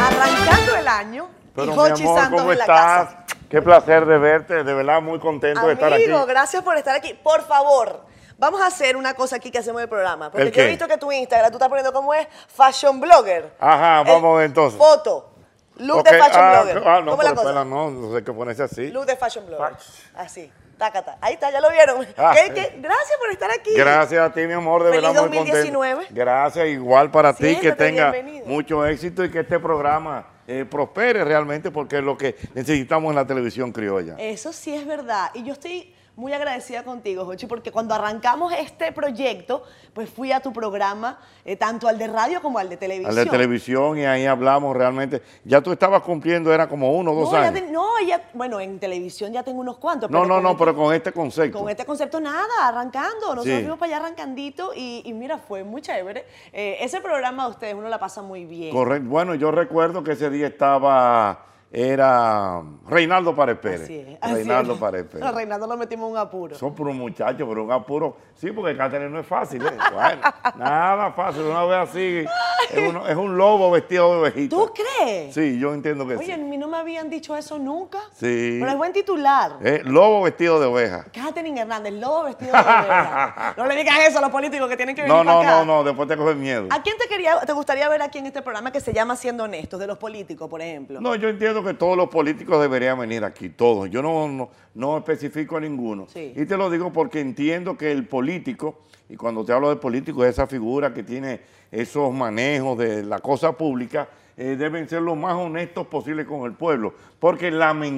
Arrancando el año. Pero, y mi Jochi amor, Santos ¿cómo en la estás? casa. Qué placer de verte, de verdad muy contento de estar Amigo, aquí. gracias por estar aquí. Por favor, vamos a hacer una cosa aquí que hacemos en el programa. Porque ¿El yo he qué? visto que tu Instagram, tú estás poniendo como es fashion blogger. Ajá, El- vamos entonces. Foto. Look Ok, de fashion ah, blogger. Ah, ¿Cómo no, es pero la cosa? espera, no, no sé qué ponerse así. Look de fashion blogger. Fach. Así. Tácata. Ahí está, ya lo vieron. Ah. ¿Qué- qué? Gracias por estar aquí. Gracias a ti, mi amor, de Feliz verdad muy 2019. contento. Gracias, igual para ti, que Siéntate, tenga bienvenido. mucho éxito y que este programa eh, prospere realmente, porque es lo que necesitamos en la televisión criolla. Eso sí es verdad. Y yo estoy muy agradecida contigo, Jochi, porque cuando arrancamos este proyecto, pues fui a tu programa, eh, tanto al de radio como al de televisión. A la televisión y ahí hablamos realmente. Ya tú estabas cumpliendo, era como uno o dos no, ya años. te- no, ya- bueno, en televisión ya tengo unos cuantos. No, no, con no, este- pero con este concepto. Con este concepto nada, arrancando. Nosotros Sí. fuimos para allá arrancandito y, y mira, fue muy chévere. Eh, ese programa de ustedes uno la pasa muy bien. Correcto. Bueno, yo recuerdo que ese día estaba, era Reinaldo Párez Pérez. Así es. así Reinaldo es. Párez A Pérez. Reinaldo lo metimos en un apuro. Son puros muchachos, pero un apuro. Sí, porque Catherine no es fácil. ¿eh? Bueno, nada fácil. Una vez así, es, uno- es un lobo vestido de ovejita. ¿Tú crees? Sí, yo entiendo que Oye, a sí. mí no me habían dicho eso nunca. Sí. Pero es buen titular. Eh, lobo vestido de oveja. Catherine Hernández, lobo vestido de oveja. No le digas eso a los políticos que tienen que venir No, para no, acá. no, no, después te coge miedo. ¿A quién te, quería, te gustaría ver aquí en este programa que se llama Siendo Honestos, de los políticos, por ejemplo? No, yo entiendo que todos los políticos deberían venir aquí, todos. Yo no, no, no especifico a ninguno. Sí. Y te lo digo porque entiendo que el político, y cuando te hablo de político, es esa figura que tiene esos manejos de la cosa pública, eh, deben ser lo más honestos posible con el pueblo. Porque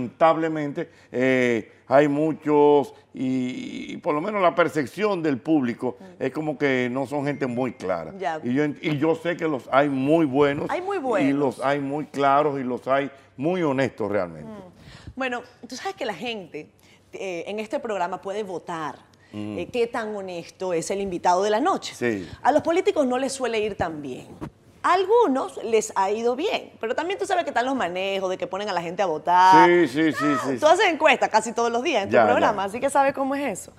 lamentablemente eh, hay muchos, y, y por lo menos la percepción del público es como que no son gente muy clara. Mm. Ya. Y, yo, ent- y yo sé que los hay muy buenos. Hay muy Y buenos. los hay muy claros y los hay muy honestos realmente. Mm. Bueno, tú sabes que la gente eh, en este programa puede votar. eh, qué tan honesto es el invitado de la noche. Mm. Sí. A los políticos no les suele ir tan bien. A algunos les ha ido bien, pero también tú sabes que están los manejos de que ponen a la gente a votar. Sí, sí, sí, sí, Tú sí. haces encuestas casi todos los días en tu Ya, programa, ya. así que sabes cómo es eso.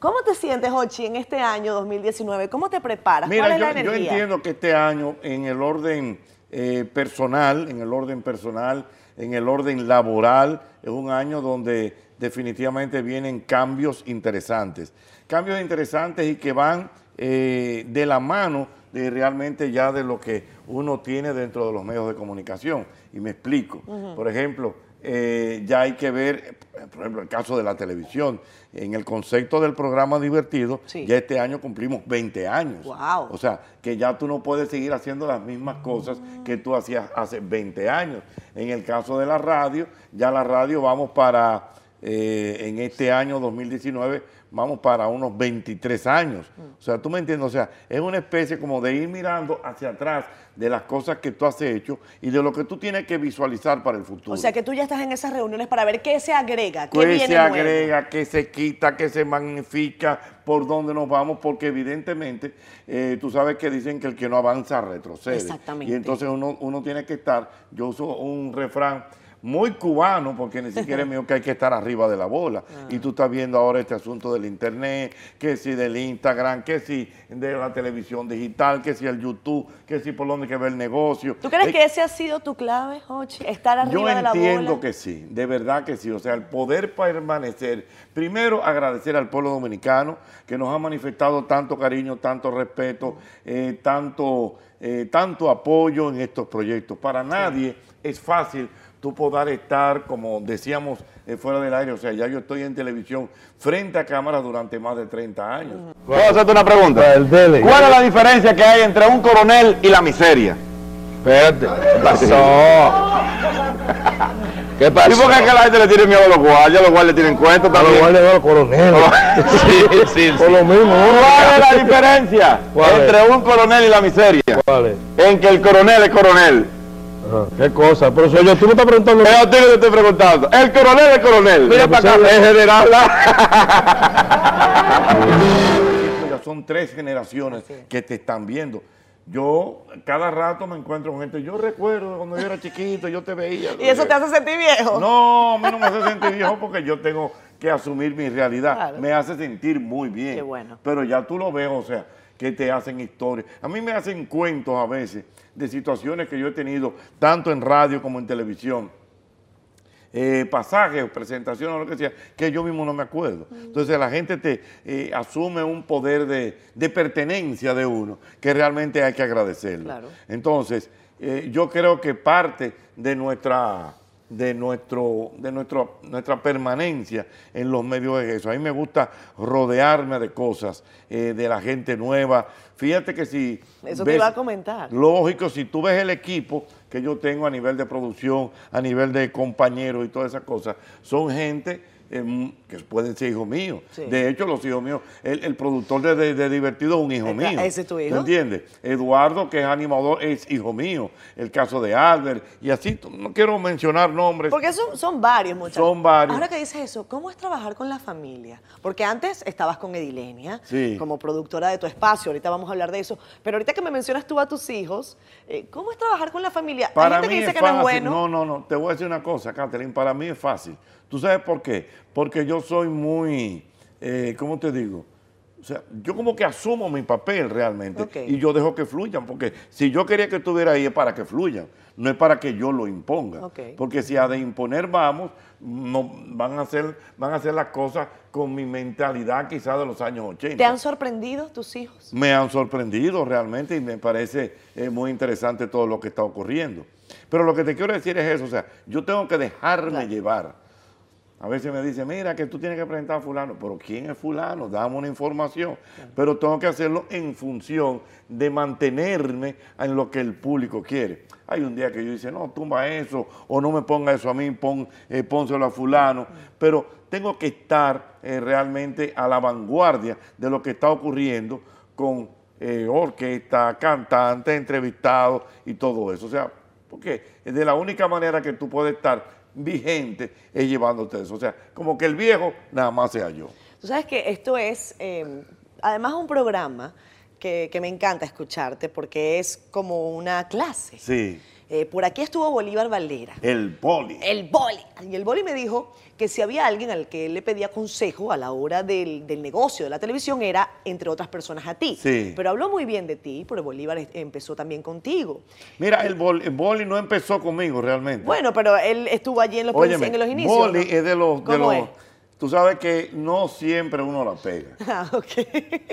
¿Cómo te sientes, Ochi, en este año 2019? ¿Cómo te preparas? ¿Cuál Mira, es la yo, yo energía? entiendo que este año en el orden eh, personal, en el orden personal, en el orden laboral, es un año donde definitivamente vienen cambios interesantes. Cambios interesantes y que van eh, de la mano de realmente ya de lo que uno tiene dentro de los medios de comunicación. Y me explico. Por ejemplo, eh, ya hay que ver, eh, por ejemplo, el caso de la televisión. En el concepto del programa divertido, Sí. ya este año cumplimos 20 años. Guau. O sea, que ya tú no puedes seguir haciendo las mismas cosas que tú hacías hace 20 años. En el caso de la radio, ya la radio vamos para, eh, en este año 2019, vamos para unos 23 años. O sea, tú me entiendes, o sea, es una especie como de ir mirando hacia atrás de las cosas que tú has hecho y de lo que tú tienes que visualizar para el futuro. O sea que tú ya estás en esas reuniones para ver qué se agrega, qué ¿Qué viene Pues se nuevo. agrega, qué se quita, qué se magnifica, por dónde nos vamos, porque evidentemente eh, tú sabes que dicen que el que no avanza retrocede. Exactamente. Y entonces uno, uno tiene que estar, yo uso un refrán muy cubano, porque ni siquiera es mío que hay que estar arriba de la bola. Ah. Y tú estás viendo ahora este asunto del internet, que si del Instagram, que si de la televisión digital, que si el YouTube, que si por dónde hay que ver el negocio. ¿Tú crees Eh, que ese ha sido tu clave, Jochi? Estar arriba yo de la bola. entiendo que sí, de verdad que sí. O sea, el poder permanecer. Primero, agradecer al pueblo dominicano que nos ha manifestado tanto cariño, tanto respeto, eh, tanto, eh, tanto apoyo en estos proyectos. Para nadie es fácil tú poder estar, como decíamos eh, fuera del aire, o sea, ya yo estoy en televisión frente a cámaras durante más de 30 años. Puedo hacerte una pregunta. El dele. ¿Cuál es la diferencia que hay entre un coronel y la miseria? Espérate. ¿Qué pasó? ¿Qué ¿Y pasó? por qué es que la gente le tiene miedo a los guardias? Los guardias tienen cuenta A los también. guardias de los coroneles. sí, sí, Por lo mismo. ¿Cuál es la diferencia ¿Cuál es? entre un coronel y la miseria? ¿Cuál es? En que el coronel es coronel. Ajá, ¿Qué cosa? Pero soy yo, tú me estás preguntando. Es a ti que te estoy preguntando. El coronel es coronel. Mira Pero para acá, tú sabes- es general. ya son tres generaciones que te están viendo. Yo cada rato me encuentro con gente. Yo recuerdo cuando yo era chiquito, yo te veía. ¿Y eso te hace sentir viejo? No, a mí no me hace sentir viejo porque yo tengo que asumir mi realidad. Claro. Me hace sentir muy bien. Qué bueno. Pero ya tú lo ves, o sea, que te hacen historias. A mí me hacen cuentos a veces de situaciones que yo he tenido, tanto en radio como en televisión. Eh, pasajes, presentaciones, o lo que sea, que yo mismo no me acuerdo. Mm. Entonces la gente te eh, asume un poder de, de pertenencia de uno, que realmente hay que agradecerlo. Claro. Entonces, eh, yo creo que parte de nuestra de nuestro de nuestro nuestra permanencia en los medios es eso. A mí me gusta rodearme de cosas, eh, de la gente nueva. Fíjate que si Eso te iba a comentar. Lógico, si tú ves el equipo que yo tengo a nivel de producción, a nivel de compañeros y todas esas cosas, son gente eh, m- que pueden ser hijos míos. Sí. De hecho, los hijos míos, el, el productor de, de- de Divertido es un hijo Ah, mío. ese es tu hijo. ¿Tú entiendes? Eduardo, que es animador, es hijo mío. El caso de Albert, y así, t- no quiero mencionar nombres. Porque son, son varios, muchachos. Son varios. Ahora que dices eso, ¿cómo es trabajar con la familia? Porque antes estabas con Edilenia, Sí. como productora de tu espacio, ahorita vamos a hablar de eso. Pero ahorita que me mencionas tú a tus hijos, eh, ¿cómo es trabajar con la familia? Para Hay gente mí que dice es que no es fácil. bueno. No, no, no. Te voy a decir una cosa, Catherine. Para mí es fácil. ¿Tú sabes por qué? Porque yo soy muy, eh, ¿cómo te digo? O sea, yo como que asumo mi papel realmente Ok. y yo dejo que fluyan, porque si yo quería que estuviera ahí es para que fluyan, no es para que yo lo imponga. Ok. Porque si a de imponer vamos, no, van, a hacer, van a hacer las cosas con mi mentalidad quizás de los años 80 ¿Te han sorprendido tus hijos? me han sorprendido realmente y me parece eh, muy interesante todo lo que está ocurriendo. Pero lo que te quiero decir es eso, o sea, yo tengo que dejarme Claro. llevar. A veces me dicen, mira, que tú tienes que presentar a fulano, pero ¿quién es fulano? Dame una información. Pero tengo que hacerlo en función de mantenerme en lo que el público quiere. Hay un día que yo dice, no, tumba eso, o no me ponga eso a mí, pon, eh, pónselo a fulano. Pero tengo que estar eh, realmente a la vanguardia de lo que está ocurriendo con eh, orquesta, cantante, entrevistado y todo eso. O sea, porque de la única manera que tú puedes estar vigente es llevándote eso. O sea, como que el viejo nada más sea yo. Tú sabes que esto es, eh, además, un programa que, que me encanta escucharte porque es como una clase. Sí. Eh, por aquí estuvo Bolívar Valera. El poli. El boli. Y el boli me dijo que si había alguien al que él le pedía consejo a la hora del, del negocio de la televisión era, entre otras personas, a ti. Sí. Pero habló muy bien de ti, porque Bolívar es- empezó también contigo. Mira, el boli, el Boli no empezó conmigo realmente. Bueno, pero él estuvo allí en los, Óyeme, en los inicios. ¿no? Boli es de los... de ¿Cómo los- Tú sabes que no siempre uno la pega. es? Ah, ok.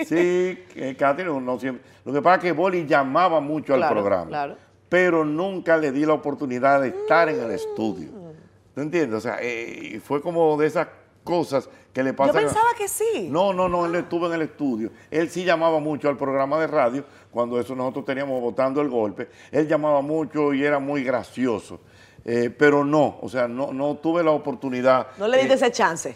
Sí, eh, Catherine, no siempre. Lo que pasa es que Boli llamaba mucho al Claro, programa. claro. Pero nunca le di la oportunidad de estar en el estudio. ¿Tú entiendes? O sea, eh, fue como de esas cosas que le Yo pasan. a- pensaba que sí. No, no, no, él no estuvo en el estudio. Él sí llamaba mucho al programa de radio, cuando eso nosotros teníamos votando el golpe. Él llamaba mucho y era muy gracioso. Eh, pero no, o sea, no, no tuve la oportunidad. No le diste eh, ese chance.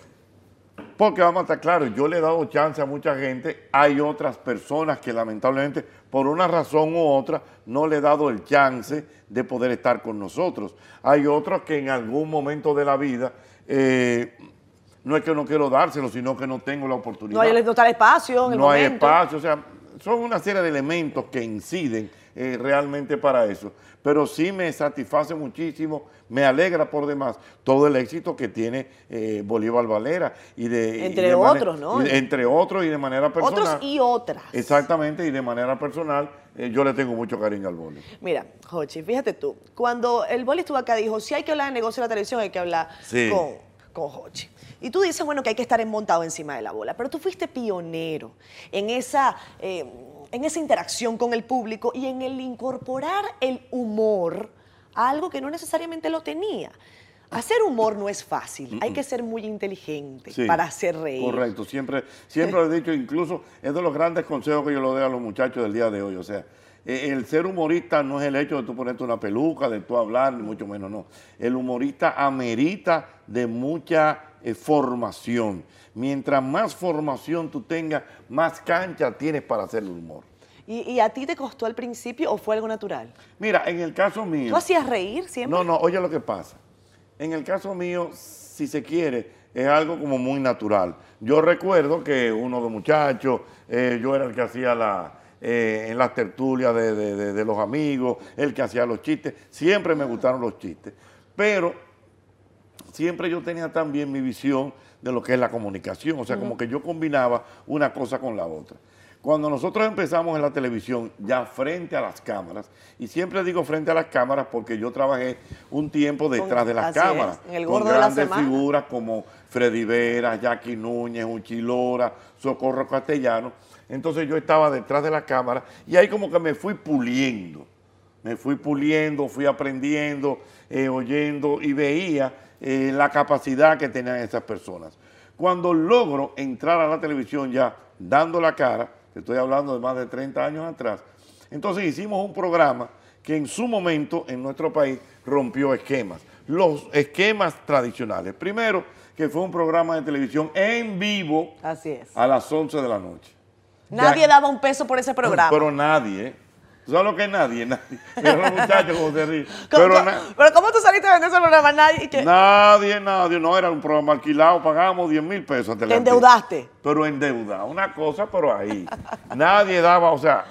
porque vamos a estar claros, yo le he dado chance a mucha gente, hay otras personas que lamentablemente por una razón u otra no le he dado el chance de poder estar con nosotros. Hay otros que en algún momento de la vida, eh, no es que no quiero dárselo, sino que no tengo la oportunidad No hay no está el espacio en el no hay momento. espacio, o sea, son una serie de elementos que inciden eh, realmente para eso. Pero sí me satisface muchísimo, me alegra por demás todo el éxito que tiene eh, Bolívar Valera. Y de, y Entre de mane- otros, ¿no? y de- entre otros y de manera personal. Otros y otras. Exactamente, y de manera personal, eh, yo le tengo mucho cariño al Bolívar. Mira, Jochi, fíjate tú, cuando el Boli estuvo acá dijo, si hay que hablar de negocio de la televisión, hay que hablar Sí. con, con Jochi. Y tú dices, bueno, que hay que estar en- montado encima de la bola, pero tú fuiste pionero en esa, eh, en esa interacción con el público y en el incorporar el humor a algo que no necesariamente lo tenía. Hacer humor no es fácil, hay que ser muy inteligente Sí, para hacer reír. Correcto, siempre, siempre lo he dicho, incluso es de los grandes consejos que yo le doy a los muchachos del día de hoy. O sea, eh, el ser humorista no es el hecho de tú ponerte una peluca, de tú hablar, ni mucho menos, no. El humorista amerita de mucha eh, formación. Mientras más formación tú tengas, más cancha tienes para hacer el humor. ¿Y, y a ti te costó al principio o fue algo natural? Mira, en el caso mío. ¿Tú hacías reír siempre? No, no, oye lo que pasa. En el caso mío, si se quiere, es algo como muy natural. Yo recuerdo que uno de los muchachos, eh, yo era el que hacía la, eh, en las tertulias de, de- de- de los amigos, el que hacía los chistes. Siempre me gustaron los chistes. Pero siempre yo tenía también mi visión de lo que es la comunicación, o sea, como que yo combinaba una cosa con la otra. Cuando nosotros empezamos en la televisión, ya frente a las cámaras, y siempre digo frente a las cámaras porque yo trabajé un tiempo detrás de las así es, cámaras, en el con gordo de la grandes semana. figuras como Freddy Vera, Jackie Núñez, Uchilora, Socorro Castellano. Entonces yo estaba detrás de la cámara y ahí como que me fui puliendo. Me fui puliendo, fui aprendiendo, eh, oyendo y veía eh, la capacidad que tenían esas personas. Cuando logro entrar a la televisión ya dando la cara, te estoy hablando de más de 30 años atrás, entonces hicimos un programa que en su momento en nuestro país rompió esquemas. Los esquemas tradicionales. Primero, que fue un programa de televisión en vivo Así es. a las 11 de la noche. Nadie Ya- daba un peso por ese programa. Pero nadie. ¿eh? ¿Tú sabes lo que es nadie? Nadie. Mira los muchachos cómo se ríen. ¿Cómo- Pero cómo- na- pero ¿cómo tú saliste en ese programa? Nadie. y que- nadie, nadie. No era un programa alquilado, pagábamos 10 mil pesos. ante la Te gente. endeudaste. Pero endeudado, una cosa, pero ahí. nadie daba, o sea,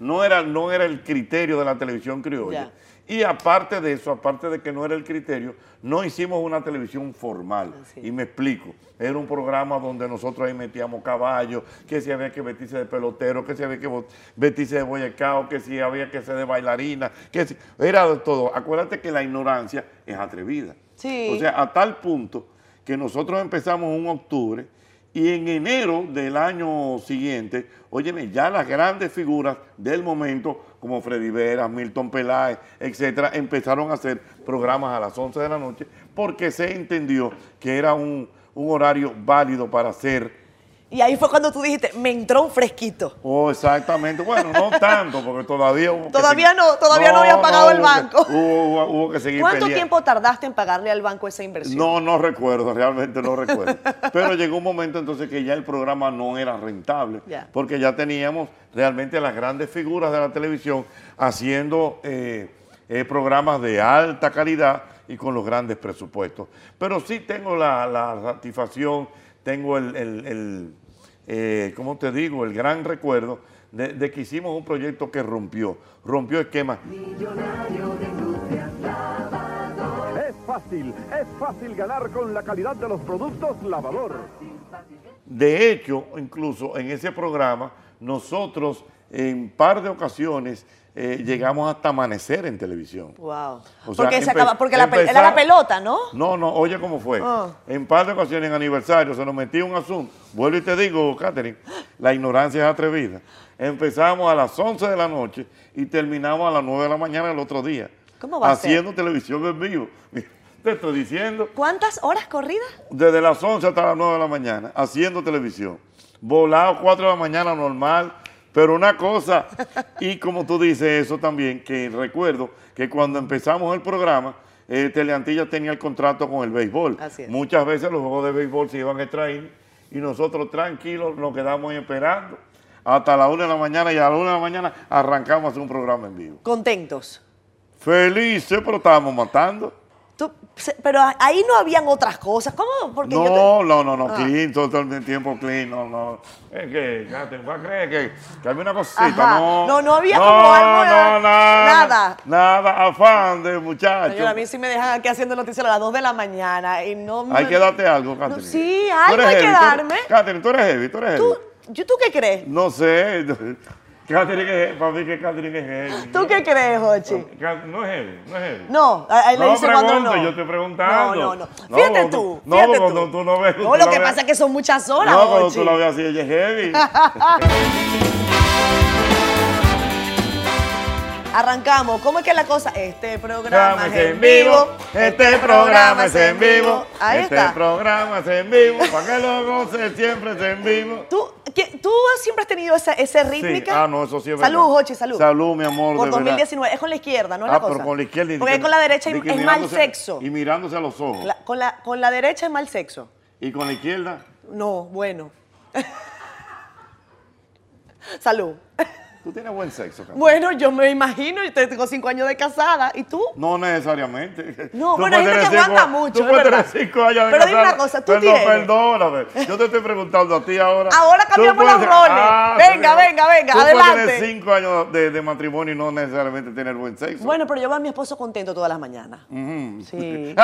no era, no era el criterio de la televisión criolla. Y aparte de eso, aparte de que no era el criterio, no hicimos una televisión formal. Así es. Y me explico. Era un programa donde nosotros ahí metíamos caballos, que si había que vestirse de pelotero, que si había que bo- vestirse de boyacao, que si había que ser de bailarina, que si- era de todo. Acuérdate que la ignorancia es atrevida. Sí. O sea, a tal punto que nosotros empezamos en octubre y en enero del año siguiente, óyeme, ya las grandes figuras del momento, como Freddy Veras, Milton Peláez, etcétera, empezaron a hacer programas a las 11 de la noche porque se entendió que era un, un horario válido para hacer. Y ahí fue cuando tú dijiste, me entró un fresquito. Oh, exactamente. Bueno, no tanto, porque todavía hubo que Todavía seguir- no, todavía no había pagado el hubo que- banco. hubo, hubo- hubo que seguir ¿Cuánto peleando. tiempo tardaste en pagarle al banco esa inversión? No, no recuerdo, realmente no recuerdo. Pero llegó un momento entonces que ya el programa no era rentable, Ya. porque ya teníamos realmente las grandes figuras de la televisión haciendo eh, eh, programas de alta calidad y con los grandes presupuestos. Pero sí tengo la, la satisfacción, tengo el, el- el, eh, ¿cómo te digo?, el gran recuerdo de, de que hicimos un proyecto que rompió, rompió esquemas. Es fácil, es fácil ganar con la calidad de los productos Lavador. De hecho, incluso en ese programa, nosotros en par de ocasiones eh, llegamos hasta amanecer en televisión. Wow. O sea, porque se empe- acaba, porque la pel- era empezar- la pelota, ¿no? No, no, oye cómo fue. Ah. En par de ocasiones en aniversario se nos metió un asunto. Vuelvo y te digo, Catherine, la ignorancia es atrevida. Empezamos a las 11 de la noche y terminamos a las 9 de la mañana el otro día. ¿Cómo va a ser? Haciendo televisión en vivo. Mira, Te estoy diciendo ¿Cuántas horas corridas? desde las 11 hasta las 9 de la mañana haciendo televisión. Volado 4 de la mañana normal, pero una cosa, y como tú dices eso también, que recuerdo que cuando empezamos el programa, eh, Teleantilla tenía el contrato con el béisbol. Así es. Muchas veces los juegos de béisbol se iban a extraer y nosotros tranquilos nos quedamos ahí esperando hasta la 1 de la mañana y a la 1 de la mañana arrancamos a hacer un programa en vivo. Contentos. Felices, pero estábamos matando. Tú- se- pero a- ahí no habían otras cosas. ¿Cómo? Porque yo No, te- no, no, no, Ah. Clean, todo el tiempo Clean, no, no. Es que, ya te va a creer que, que había una cosita, Ajá. no. No, no había como algo, No, no, nada. nada. Nada, afán de muchacho. Señora, a mí sí me dejan aquí haciendo noticias a las 2 de la mañana y no me- Hay que darte algo, Catherine. sí, Tú algo eres hay que heavy, tú eres- darme. Catherine, tú eres heavy, tú eres ¿Tú, heavy. yo- ¿Tú qué crees? No sé. Catherine es, para mí que Catherine es heavy. ¿Tú qué crees, Jochi? Ca- No es heavy, no es heavy. No, a- a él le No dice cuando pregunto, no. yo estoy preguntando. No, no, no. No, Fíjate vos no- tú. no, fíjate vos no- tú no ves, No, tú lo la que ves. pasa es que son muchas horas, No, cuando Jochi. tú la ves así, ella es heavy. Arrancamos. ¿Cómo es que es la cosa? Este programa programa es en vivo. Este programa es en vivo. Ahí este está. programa es en vivo. Para que lo goces, siempre es en vivo. ¿Tú, qué- tú siempre has tenido esa, esa rítmica? Sí. Ah, no, eso sí es Salud, verdad. Jochi, salud. Salud, mi amor, Por de verdad. 2019. Es con la izquierda, ¿no es ah, la cosa? pero con la izquierda. y Porque que- es con la derecha y de que es mal mirándose- sexo. Y mirándose a los ojos. La- con, la, con la derecha es mal sexo. Y con la izquierda. No, bueno. Salud. Tú tienes buen sexo, Carmen. Bueno, yo me imagino, yo tengo cinco años de casada. ¿Y tú? No necesariamente. No, Tú bueno, hay puedes gente que tener cinco- aguanta mucho, Tú es puedes tener verdad. cinco años de Pero dime casada. una cosa, tú Perdón, tienes. Perdóname, yo te estoy preguntando a ti ahora. Ahora Tú cambiamos puedes- Ah, los roles. Venga, señor. venga, venga, Tú adelante. puedes tener cinco años de, de matrimonio y no necesariamente tener buen sexo. Mm. Bueno, pero yo veo a mi esposo contento todas las mañanas. Sí.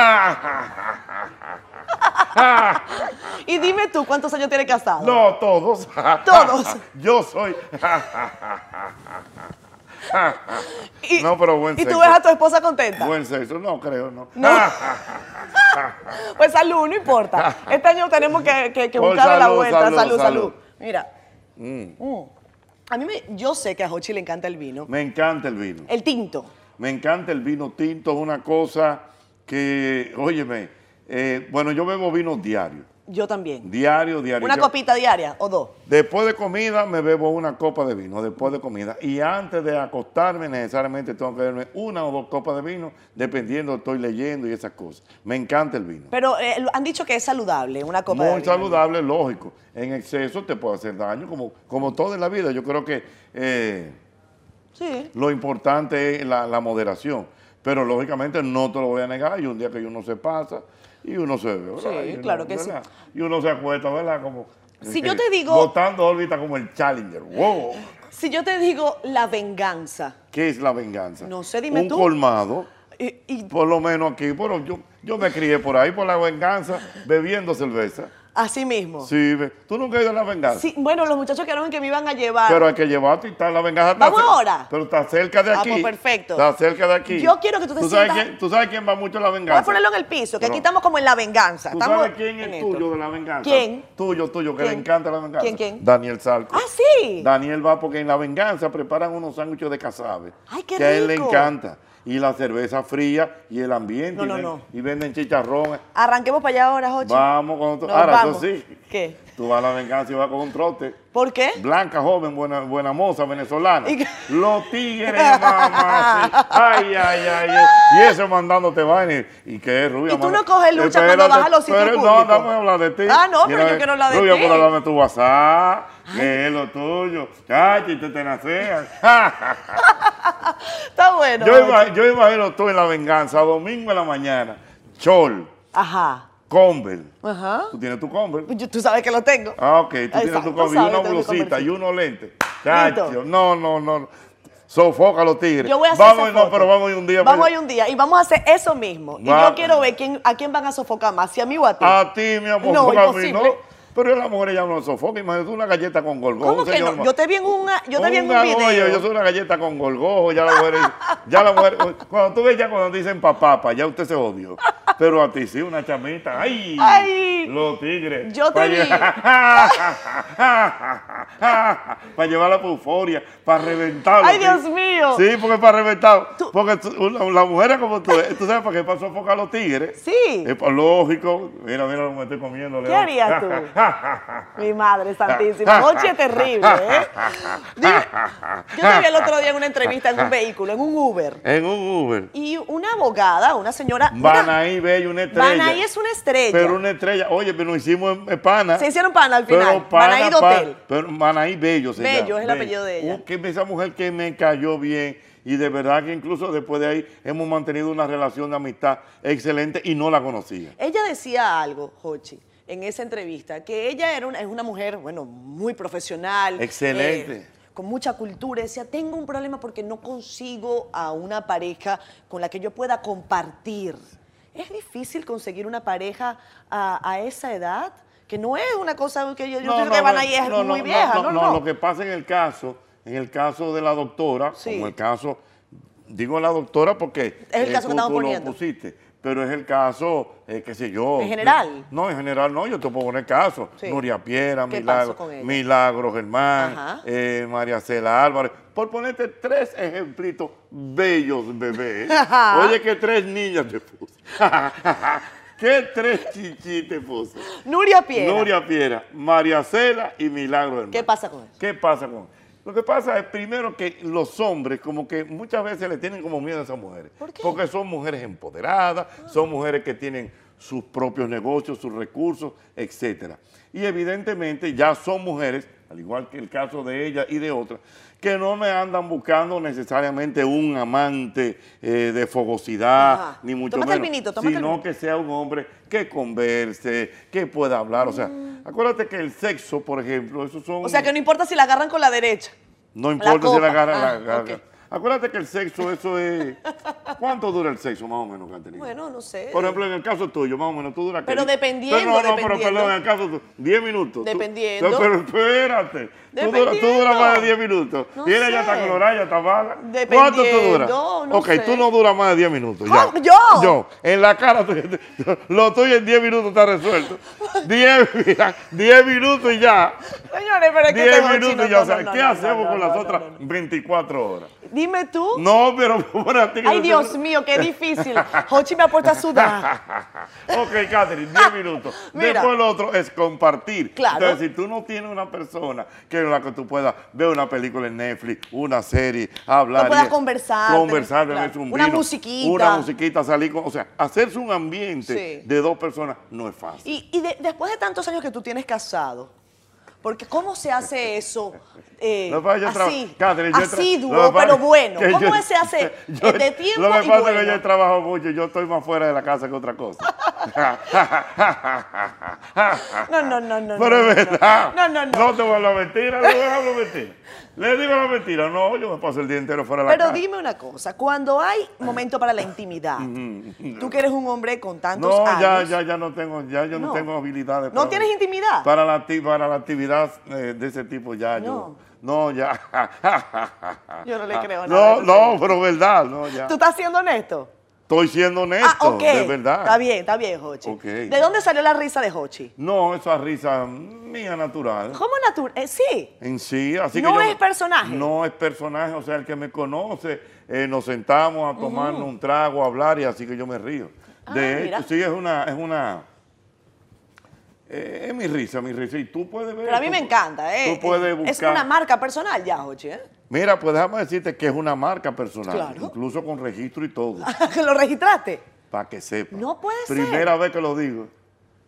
y dime tú, ¿cuántos años tienes casado? No, todos. Todos. Yo soy. Y- no, pero buen ¿Y tú sexo. ves a tu esposa contenta? Buen sexo, no creo, no. No. Pues salud, no importa. Este año tenemos que, que, que Por buscarle la salud, vuelta. Salud, salud, salud. salud. Mira. Mm. A mí me, yo sé que a Jochi le encanta el vino. Me encanta el vino. El tinto. Me encanta el vino tinto, es una cosa que, óyeme, eh, bueno, yo bebo vino diario, Yo también. diario, diario. Una Yo- copita diaria o dos. Después de comida me bebo una copa de vino, después de comida. Y antes de acostarme necesariamente tengo que beberme una o dos copas de vino, dependiendo estoy leyendo y esas cosas. Me encanta el vino. Pero eh, lo- han dicho que es saludable una copa de Muy vino. saludable, lógico. En exceso te puede hacer daño, como, como todo en la vida. Yo creo que... eh, Sí. Lo importante es la, la moderación. Pero lógicamente no te lo voy a negar. Hay un día que uno se pasa y uno se ve, ¿verdad? Sí, Y uno- claro que sí. ¿verdad? Y uno se acuesta, ¿verdad? Como. Si eh, yo te digo- Botando órbita como el Challenger. ¡Wow! Si yo te digo la venganza, ¿Qué es la venganza? No sé, dime un tú. colmado, y- y por lo menos aquí. Bueno, yo, yo me crié por ahí por la venganza, bebiendo cerveza. así mismo. Sí, ve- tú nunca has ido a la venganza. Sí, bueno, los muchachos quedaron que me iban a llevar. Pero hay que llevarte y está la venganza. está Vamos cer- ahora. Pero está cerca de Ah, aquí. pues perfecto. Está cerca de aquí. Yo quiero que tú te sabes sientas- quién- tú sabes quién va mucho a la venganza. Voy a ponerlo en el piso, que Pero- aquí estamos como en la venganza. ¿Tú Estamos sabes quién en es esto. tuyo de la venganza? ¿Quién? Tuyo, tuyo, que ¿Quién? le encanta la venganza. ¿Quién, quién? Daniel Salco. Ah, sí. Daniel va porque en la venganza preparan unos sándwiches de cazabe. Ay, qué Que a él le rico. encanta. Y la cerveza fría y el No, ambiente. y, no, ven- no. y venden chicharrones. Arranquemos para allá ahora, Jochi. Vamos con otro. Nos Ahora, vamos. eso sí. ¿Qué? Tú vas a la venganza y vas con un trote. ¿Por qué? Blanca, joven, buena, buena moza, venezolana. ¿Y qué? Los tigres, mamá. sí. Ay, ay, ay. ay. Y eso mandándote vaina. ¿Y y que es rubia? ¿Y tú mamá? no coges lucha cuando Espérate, vas a los sitios pero No, públicos? andamos a hablar de ti. Ah, no, pero Mira, yo quiero hablar de ti. Rubia, pero dame tu WhatsApp, que es lo tuyo. Chachi, te tenacean. Está bueno. yo, Jochi. iba, yo imagino tú en la venganza, domingo en la mañana. Chol, Ajá. Conver. Ajá. Tú tienes tu Conver. Yo- tú sabes que lo tengo. Ah, ok, tú tienes Exacto, tu COVID, y sabes, una tengo mi blusita y conversito. unos lentes. Chacho, Listo. no, no, no. Sofoca a los tigres. Yo voy a hacer Vamos, esa no, foto. pero vamos a ir un día. pues, Vamos para a ir un día y vamos a hacer eso mismo. Y Va- Ah, yo quiero ver quién, a quién van a sofocar más, si a mí o a ti. allá. A ti, mi amor, No, porque a mí imposible. no. Pero las mujeres ya no sofoca. Imagínate una galleta con golgojo. ¿Cómo que señor, no? Yo te vi en, una, yo te vi en un Una- video. Oye, yo soy una galleta con golgojo. Ya la mujer. ya la mujer. Cuando tú ves ya cuando dicen papapa, ya usted se odió. Pero a ti sí, una chamita. ¡Ay! Ay. Los tigres. Yo te Pa' vi. para llevar la euforia, para reventarlo. Ay, Dios mío. Sí, porque para reventar. Tú- Porque tú- una- la, mujer es como tú, tú sabes para qué pasó foca a los tigres. Sí. Es pa- lógico. Mira, mira lo que me estoy comiendo. ¿Qué León. harías tú? Mi madre Ah, santísima. Noche terrible, ¿eh? Dime, yo te vi el otro día en una entrevista en un vehículo, en un Uber. Ah, En un Uber. Y una abogada, una señora. una- Banaí Bello, una estrella. Banaí es una estrella. Pero una estrella. Oye, pero nos hicimos eh, pana. Se hicieron pana al Pero final. pana, Banaí pana, Dotel. Pero Manaí Bello se Bello llama, es el apellido de ella. Uh, que esa mujer que me cayó bien. Y de verdad que incluso después de ahí hemos mantenido una relación de amistad excelente y no la conocía. Ella decía algo, Jochi, en esa entrevista, que ella era una, es una mujer, bueno, muy profesional. eh, Excelente. con mucha cultura, decía, tengo un problema porque no consigo a una pareja con la que yo pueda compartir. ¿Es difícil conseguir una pareja a, a esa edad? Que no es una cosa que yo, yo creo que van ahí es no, no, muy no, vieja, no, no, no. lo que pasa en el caso, en el caso de la doctora, Sí. como el caso, digo la doctora porque Es el caso que tú- estamos tú lo poniendo. pusiste, pero es el caso, eh, qué sé yo. En general. No, en general no, yo te puedo poner casos. Sí. Nuria Piera, ¿Qué pasó Milagro, con ella? Milagro Germán, Ajá. eh, María Cela Álvarez, por ponerte tres ejemplitos bellos, bebé. Ajá. Oye, que tres niñas te puse. ¿Qué tres chichis te puse? Nuria Piera. Nuria Piera, María Cela y Milagro Hermano. ¿Qué pasa con eso? ¿Qué pasa con Lo que pasa es primero que los hombres como que muchas veces le tienen como miedo a esas mujeres. ¿Por qué? Porque son mujeres empoderadas, son mujeres que tienen sus propios negocios, sus recursos, etcétera. Y evidentemente ya son mujeres al igual que el caso de ella y de otras, que no me andan buscando necesariamente un amante eh, de fogosidad, Ajá. ni mucho Tómate el menos, vinito, tómate el sino vinito. que sea un hombre que converse, que pueda hablar. O sea, acuérdate que el sexo, por ejemplo, esos son... Mm. O sea que no importa si la agarran con la derecha. No importa si copa. la agarra, la Ah, agarra. ok. Acuérdate que el sexo, eso es. ¿Cuánto dura el sexo, más o menos, Caterina? Bueno, no sé. Por ejemplo, en el caso tuyo, más o menos, tú duras. Pero que- dependiendo, Pero no, no, pero dependiendo. perdón, en el caso tuyo, 10 minutos. Tú- Dependiendo. No, pero espérate. Tú duras, tú Dependiendo. duras más de 10 minutos. No y ella ya está sé. colorada, ya está mala. ¿Cuánto tú duras? Dependiendo, no ok, sé. tú no duras más de 10 minutos. Ya. ¿Cómo? ¿Yo? Yo. En la cara tuya. Lo tuyo en 10 minutos está resuelto. 10 mira, 10 minutos y ya. Señores, pero es que 10 tengo el chino. minutos y ya, No, o sea, no, no, ¿qué no, no, hacemos no, con no, las no, otras no. 24 horas? Dime tú. No, pero para ti. que Ay, no te- Dios mío, qué difícil. Hochi me ha puesto a sudar. ok, Catherine, 10 minutos. Mira. Después lo otro es compartir. Claro. Entonces, si tú no tienes una persona que con la que tú puedas ver una película en Netflix, una serie, hablar. Que puedas y- conversar, Conversar, tener- beberse un claro. Una vino, musiquita. Una musiquita, salir con. O sea, hacerse un ambiente Sí. de dos personas no es fácil. Y, y de- después de tantos años que tú tienes casado, porque ¿cómo se hace eso? eh, Lo que pasa es que yo así, traba- Catherine, yo tra- asiduo, lo que pasa pero es que bueno. yo- ¿Cómo se hace yo- eh, de tiempo Lo que y pasa es que bueno? yo trabajo mucho, yo estoy más fuera de la casa que otra cosa. No, no, no, no. Pero no, no, es verdad. No, no, no. No te voy a la mentira, no te voy a la mentira. Le digo la mentira, no, yo me paso el día entero fuera de la Pero casa. dime una cosa, cuando hay momento para la intimidad, tú que eres un hombre con tantos No, años. ya, ya, ya no tengo, ya yo no, No. tengo habilidades. ¿No tienes intimidad? Para la, acti- para la actividad eh, de ese tipo ya yo. No, ya. Yo no le creo nada No, de eso. no, pero verdad, no, ya. ¿Tú estás siendo honesto? Estoy siendo honesto, ah, ok. de verdad. Está bien, está bien, Hochi. Ok. ¿De dónde salió la risa de Hochi? No, esa risa mía natural. ¿Cómo natural? eh, sí. En sí, así No que yo- es personaje. No es personaje, o sea, el que me conoce, eh, nos sentamos a tomarnos un trago, a hablar y así que yo me río. Ah, de mira. hecho, sí, es una, es una, eh, es mi risa, mi risa. Y tú puedes ver. Pero a mí tú- me encanta, ¿eh? Tú puedes buscar. Es una marca personal ya, Hochi, ¿eh? Mira, pues déjame decirte que es una marca personal, Claro. incluso con registro y todo, ¿Que lo registraste? para que sepa. No puede ser. Primera vez que lo digo.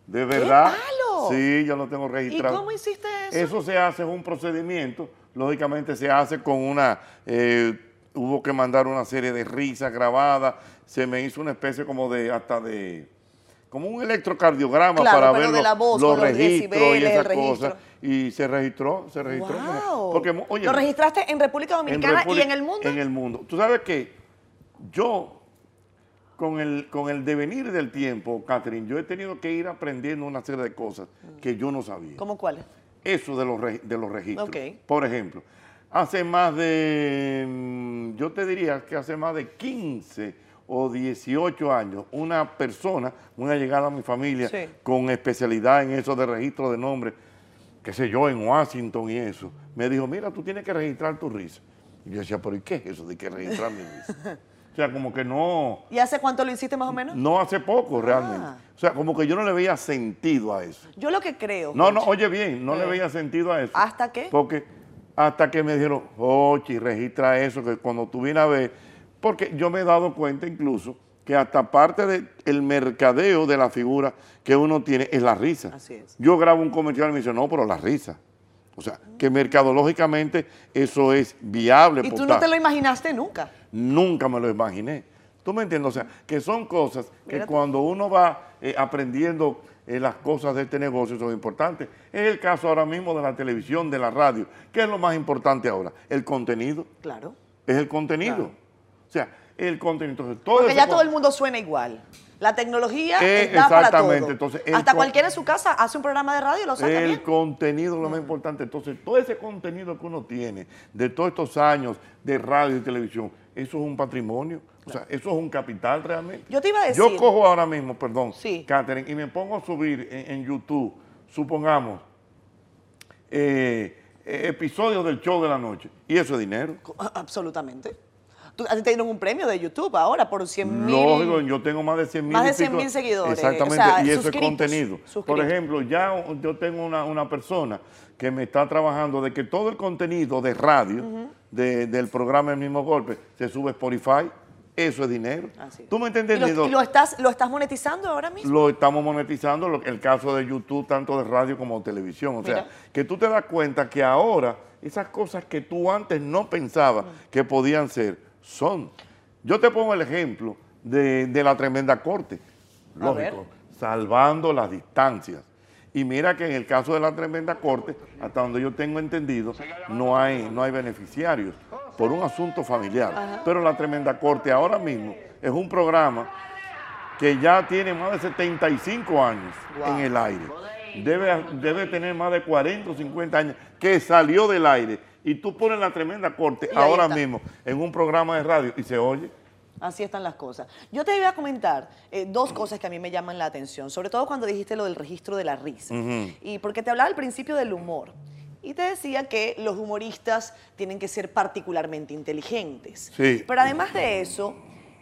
De verdad. malo! Sí, yo lo tengo ¿Y registrado. cómo hiciste eso? Eso se hace, es un procedimiento. Lógicamente se hace con una... eh, hubo que mandar una serie de risas grabadas. Se me hizo una especie como de... hasta de... Como un electrocardiograma Claro, para pero ver de los, la voz, los con los registros y decibeles, el esas registro. cosas. Y se registró, se registró. Wow. Porque, mo- oye, ¿Lo registraste en República en Dominicana y República- en el mundo? En el mundo. Tú sabes que yo, con el, con el devenir del tiempo, Catherine, yo he tenido que ir aprendiendo una serie de cosas que yo no sabía ¿Cómo cuál? eso de los, re- de los registros. Ok. Por ejemplo, hace más de, mm, yo te diría que hace más de 15 o 18 años, una persona, una llegada a mi familia, Sí. con especialidad en eso de registro de nombres, qué sé yo, en Washington y eso, me dijo, mira, tú tienes que registrar tu risa. Y yo decía, pero ¿y qué es eso de que registrar mi risa? O sea, como que no, ¿Y hace cuánto lo hiciste más o menos? no hace poco realmente. Ah. O sea, como que yo no le veía sentido a eso. Yo lo que creo. No, no, Jochi, oye bien, no le Eh. veía sentido a eso. ¿Hasta qué? Porque hasta que me dijeron, Ochi, registra eso, que cuando tú vienes a ver, porque yo me he dado cuenta incluso que hasta parte del mercadeo de la figura que uno tiene es la risa. Así es. Yo grabo un comercial y me dicen, no, pero la risa. O sea, que mercadológicamente eso es viable. Y tú por no tal. te lo imaginaste nunca. Nunca me lo imaginé. ¿Tú me entiendes? O sea, que son cosas que Mira tú. cuando uno va eh, aprendiendo eh, las cosas de este negocio son importantes. Es el caso ahora mismo de la televisión, de la radio. ¿Qué es lo más importante ahora? El contenido. Claro. Es el contenido. Claro. O sea, el contenido. Entonces, todo Porque eso ya con- todo el mundo suena igual. La tecnología Eh, está para todo. exactamente, entonces, el Hasta co- cualquiera en su casa hace un programa de radio y lo saca El bien. contenido es lo más importante. Entonces, todo ese contenido que uno tiene de todos estos años de radio y televisión, eso es un patrimonio. O sea, eso es un capital realmente. Yo te iba a decir- Yo cojo ahora mismo, perdón, Sí. Catherine, y me pongo a subir en, en YouTube, supongamos, eh, eh, episodios del show de la noche. Y eso es dinero. Co- a- Absolutamente. Tú- a ti te dieron un premio de YouTube ahora por 100 mil. Lógico, yo tengo más de 100 mil. Más de 100.000 seguidores, Exactamente, o sea, y eso es suscritos, contenido. Por suscritos. ejemplo, ya o- yo tengo una, una persona que me está trabajando de que todo el contenido de radio, de- del programa El mismo golpe, se sube a Spotify. Eso es dinero. Así es. ¿Tú me Ah, ¿Y entiendes? lo, Nido? y lo estás, lo estás monetizando ahora mismo? lo estamos monetizando, lo- el caso de YouTube, tanto de radio como de televisión. O sea, Mira. que tú te das cuenta que ahora esas cosas que tú antes no pensabas que podían ser, son. Yo te pongo el ejemplo de, de la tremenda corte. A Lógico, salvando las distancias. Y mira que en el caso de la tremenda corte, hasta donde yo tengo entendido, no hay, no hay beneficiarios por un asunto familiar. Pero la tremenda corte ahora mismo es un programa que ya tiene más de 75 años en el aire. Debe, debe tener más de 40 o 50 años que salió del aire. Y tú pones la tremenda corte Y ahí ahora está. mismo en un programa de radio y se oye. Así están las cosas. Yo te voy a comentar eh, dos cosas que a mí me llaman la atención, sobre todo cuando dijiste lo del registro de la risa. Ujú. Y porque te hablaba al principio del humor. Y te decía que los humoristas tienen que ser particularmente inteligentes. Sí. Pero además de eso,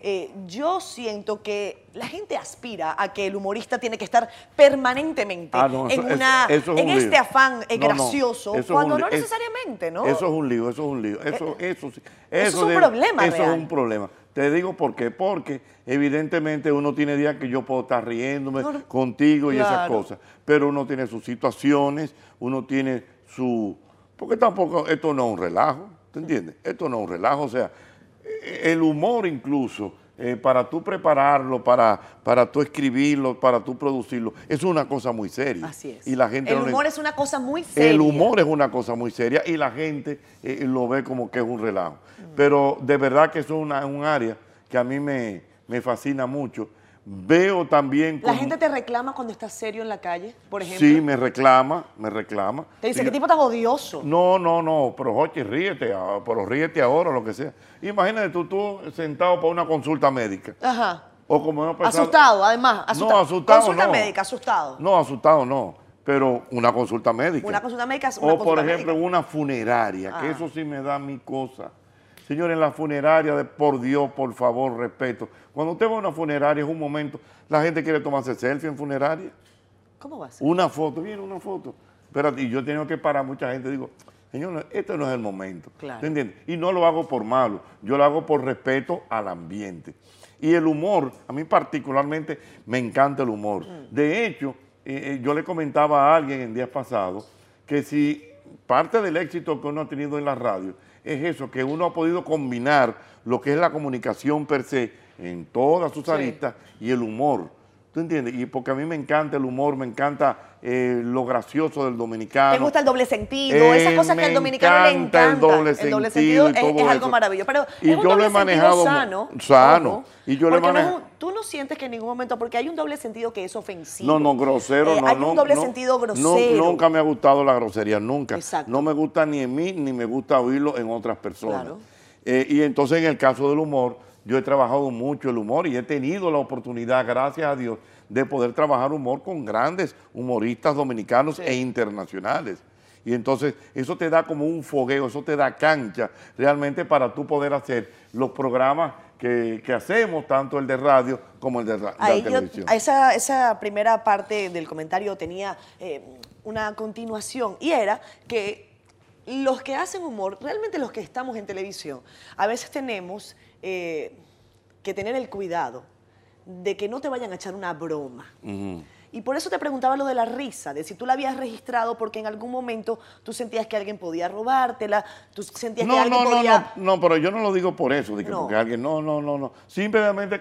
eh, yo siento que la gente aspira a que el humorista tiene que estar permanentemente Ah, no, en, eso- eso- una, eso es en un este lío. afán eh, No, no, gracioso, eso es cuando un no lío, es- necesariamente, ¿no? Eh, Eso es un lío, eso es un lío. Eso, eso, sí, es un debe- problema Eso es real. un problema. Te digo por qué. Porque evidentemente uno tiene días que yo puedo estar riéndome No, no. contigo y esas Claro. cosas. Pero uno tiene sus situaciones, uno tiene su... Porque tampoco, esto no es un relajo, ¿te entiendes? Esto no es un relajo, o sea, eh, el humor incluso, eh, para tú prepararlo, para, para tú escribirlo, para tú producirlo, es una cosa muy seria. Así es. Y la gente el no le- humor es una cosa muy seria. el humor es una cosa muy seria y la gente eh, lo ve como que es un relajo. Mm. Pero de verdad que eso es una- un área que a mí me, me fascina mucho. Veo también... ¿La como- gente te reclama cuando estás serio en la calle, por ejemplo? Sí, me reclama, me reclama. Te dice, Y- ¿qué tipo tan odioso? No, no, no, pero Jochi, ríete, ah, pero ríete ahora, lo que sea. Imagínate tú, tú sentado para una consulta médica. Ajá. O como Pues, no pensaba- Asustado, además. Asustado. No, asustado Consulta no. médica, asustado. No, asustado no, pero una consulta médica. Una consulta médica, una o por consulta ejemplo médica. una funeraria, que Ah. eso sí me da mi cosa. Señores, en la funeraria, de, por Dios, por favor, respeto. Cuando usted va a una funeraria, es un momento, la gente quiere tomarse selfie en funeraria. ¿Cómo va a ser? Una foto, viene una foto. Espérate, y yo he tenido que parar mucha gente. Digo, señor, no, este no es el momento. Claro. ¿Te entiendes? Y no lo hago por malo, yo lo hago por respeto al ambiente. Y el humor, a mí particularmente me encanta el humor. Mm. De hecho, eh, eh, yo le comentaba a alguien en días pasados que si parte del éxito que uno ha tenido en la radio es eso, que uno ha podido combinar lo que es la comunicación per se en todas sus Sí. aristas y el humor. ¿Tú entiendes? Y porque a mí me encanta el humor, me encanta eh, lo gracioso del dominicano. Te gusta el doble sentido, Eh, esas cosas que me al dominicano le encanta encanta. el doble sentido y es- es, todo algo eso. maravilloso. Pero Y es un yo lo doble he sentido manejado sano. mu- sano. ojo, Y yo lo he porque no es manej- un- tú no sientes que en ningún momento, porque hay un doble sentido que es ofensivo. No, no, grosero, Eh, no, Hay no, un doble no, sentido no, grosero. nunca me ha gustado la grosería, nunca. Exacto. No me gusta ni en mí, ni me gusta oírlo en otras personas. Claro. Eh, y entonces en el caso del humor, yo he trabajado mucho el humor y he tenido la oportunidad, gracias a Dios, de poder trabajar humor con grandes humoristas dominicanos e internacionales. Y entonces eso te da como un fogueo, eso te da cancha realmente para tú poder hacer los programas que, que hacemos, tanto el de radio como el de ra- Ahí la yo- televisión. a esa, esa primera parte del comentario tenía eh, una continuación y era que los que hacen humor, realmente los que estamos en televisión, a veces tenemos eh, que tener el cuidado de que no te vayan a echar una broma. Y por eso te preguntaba lo de la risa, de si tú la habías registrado porque en algún momento tú sentías que alguien podía robártela, tú sentías que No, alguien no, no, podía... no, no, pero yo no lo digo por eso, de que No. porque alguien, no, no, no, no. Simplemente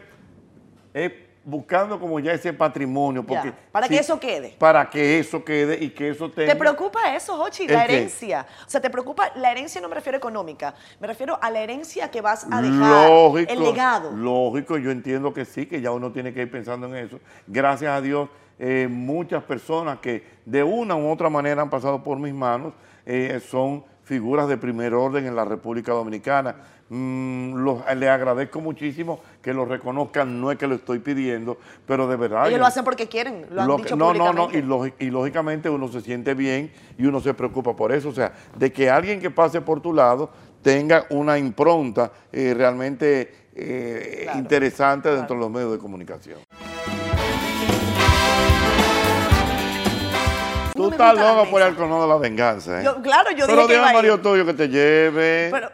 es buscando como ya ese patrimonio. Porque Ya, para que eso quede. Para que eso quede y que eso tenga. ¿Te preocupa eso, Jochi? ¿El La qué? herencia. O sea, ¿te preocupa? La herencia no me refiero económica, me refiero a la herencia que vas a dejar, Lógico. el legado. Lógico, yo entiendo que sí, que ya uno tiene que ir pensando en eso. Gracias a Dios, eh, muchas personas que de una u otra manera han pasado por mis manos eh, son figuras de primer orden en la República Dominicana. Mm, los- les agradezco muchísimo que lo reconozcan, no es que lo estoy pidiendo, pero de verdad. Ellos yo- lo hacen porque quieren, lo han lo dicho que- no, no, no, públicamente. y, lógi- y lógicamente uno se siente bien y uno se preocupa por eso. O sea, de que alguien que pase por tu lado tenga una impronta eh, realmente eh, Claro, interesante dentro de los medios de comunicación. No Tú me estás gusta la loco por mesa. el cono de la venganza, ¿eh? Yo- claro, yo Pero dije que dile iba a a ir. Mario Tuyo que te lleve. Pero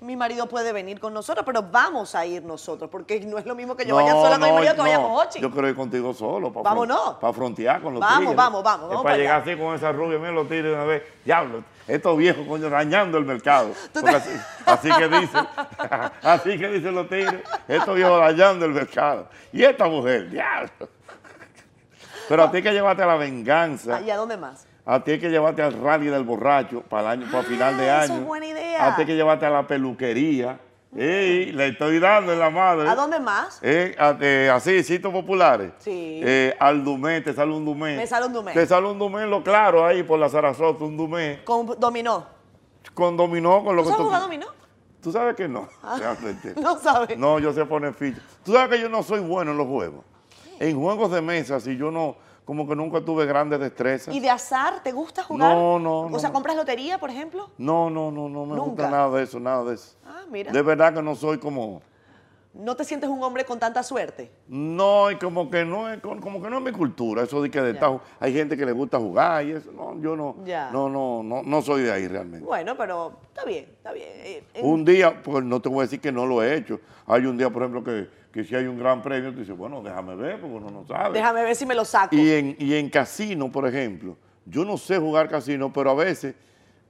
mi marido puede venir con nosotros, pero vamos a ir nosotros, porque no es lo mismo que yo No, vaya sola con mi no, marido que vaya no. con Ochi. Yo quiero ir contigo solo. Para Vámonos. Para frontear con los Vamos, tigres. vamos, vamos, Es vamos para para llegar allá. así con esa rubia, mira los tigres de una vez. Diablo, estos viejos, coño, dañando el mercado. Tú te- Porque Así, así que dicen, así que dicen los tigres, estos viejos dañando el mercado. Y esta mujer, diablo. Pero a ti hay que llevarte a la venganza. ¿Y a dónde más? A ti hay que llevarte al rally del borracho para el año, para final de Ah, año. eso es buena idea. A ti hay que llevarte a la peluquería. Ey, le estoy dando en la madre. ¿A dónde más? Eh, a- eh, así, sitios populares. Sí. Eh, al Dumé, te sale un Dumé. Me sale un Dumé. Te sale un Dumé, lo claro, ahí por la Sarasota, un Dumé. Con dominó. Con dominó, con lo ¿Tú que sabes jugar dominó? Ah, Tú sabes que no. realmente. No sabes. No, yo sé poner ficha. Tú sabes que yo no soy bueno en los juegos. En juegos de mesa, si yo no, como que nunca tuve grandes destrezas. ¿Y de azar? ¿Te gusta jugar? No, no, O sea, no. ¿compras lotería, por ejemplo? No, no, no, no me gusta Nunca. nada de eso, nada de eso. Ah, mira. De verdad que no soy como. ¿No te sientes un hombre con tanta suerte? No, y como que no es, como que no es mi cultura, eso de que de Ya. estar ju- hay gente que le gusta jugar y eso. No, yo no, Ya. no, no, no, no soy de ahí realmente. Bueno, pero está bien, está bien. Eh, en- Un día, pues no te voy a decir que no lo he hecho. Hay un día, por ejemplo, que, que si hay un gran premio, tú dices, bueno, déjame ver, porque uno no sabe. Déjame ver si me lo saco. Y en, y en casino, por ejemplo, yo no sé jugar casino, pero a veces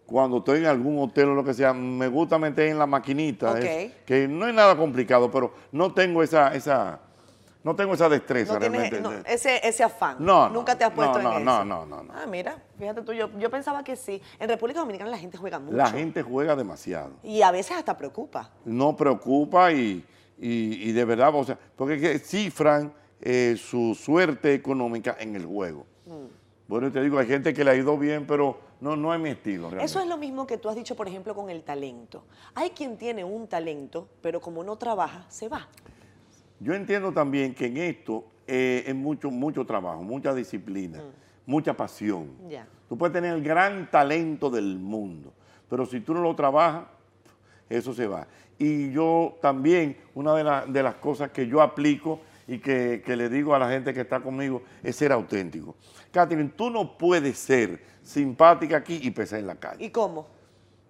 cuando estoy en algún hotel o lo que sea, me gusta meter en la maquinita, Ok. es- que no es nada complicado, pero no tengo esa, esa, no tengo esa destreza no tienes realmente. no, ese, ese afán. No, no, Nunca te has no, puesto no, en no, eso. no, no, no. Ah, mira, fíjate tú, yo, yo pensaba que sí. En República Dominicana la gente juega mucho. La gente juega demasiado, Y a veces hasta preocupa. no preocupa y, y- y de verdad, o sea, porque es que cifran eh, su suerte económica en el juego. Mm. Bueno, te digo, hay gente que le ha ido bien, pero no, no es mi estilo realmente. Eso es lo mismo que tú has dicho, por ejemplo, con el talento. Hay quien tiene un talento, pero como no trabaja, se va. Yo entiendo también que en esto eh, es mucho, mucho trabajo, mucha disciplina, Mm. mucha pasión. Ya. Tú puedes tener el gran talento del mundo, pero si tú no lo trabajas, eso se va. Y yo también, una de, la- de las cosas que yo aplico y que, que le digo a la gente que está conmigo es ser auténtico. Catherine, tú no puedes ser simpática aquí y pesar en la calle. ¿Y cómo?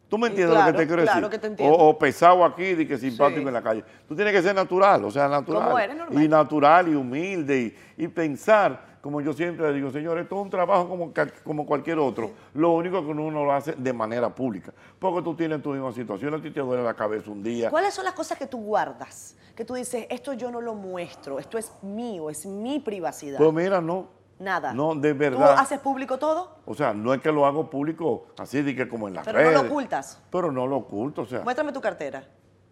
¿Tú me Y entiendes lo que claro, te quiero claro decir? que te entiendo. O, o pesado aquí, de que simpático Sí. en la calle. Tú tienes que ser natural, o sea, natural. Como eres, normal. Y natural y humilde y, y pensar, como yo siempre digo, señor, esto es un trabajo como, ca- como cualquier otro. Lo único que uno lo hace de manera pública. Porque tú tienes tu misma situación, a ti te duele la cabeza un día. ¿Cuáles son las cosas que tú guardas? Que tú dices, esto yo no lo muestro, esto es mío, es mi privacidad. Pero mira, no. Nada. No, de ¿Tú verdad. haces público todo? O sea, no es que lo hago público así de que como en las Pero no lo redes. ocultas. Pero no lo oculto, o sea. Muéstrame tu cartera.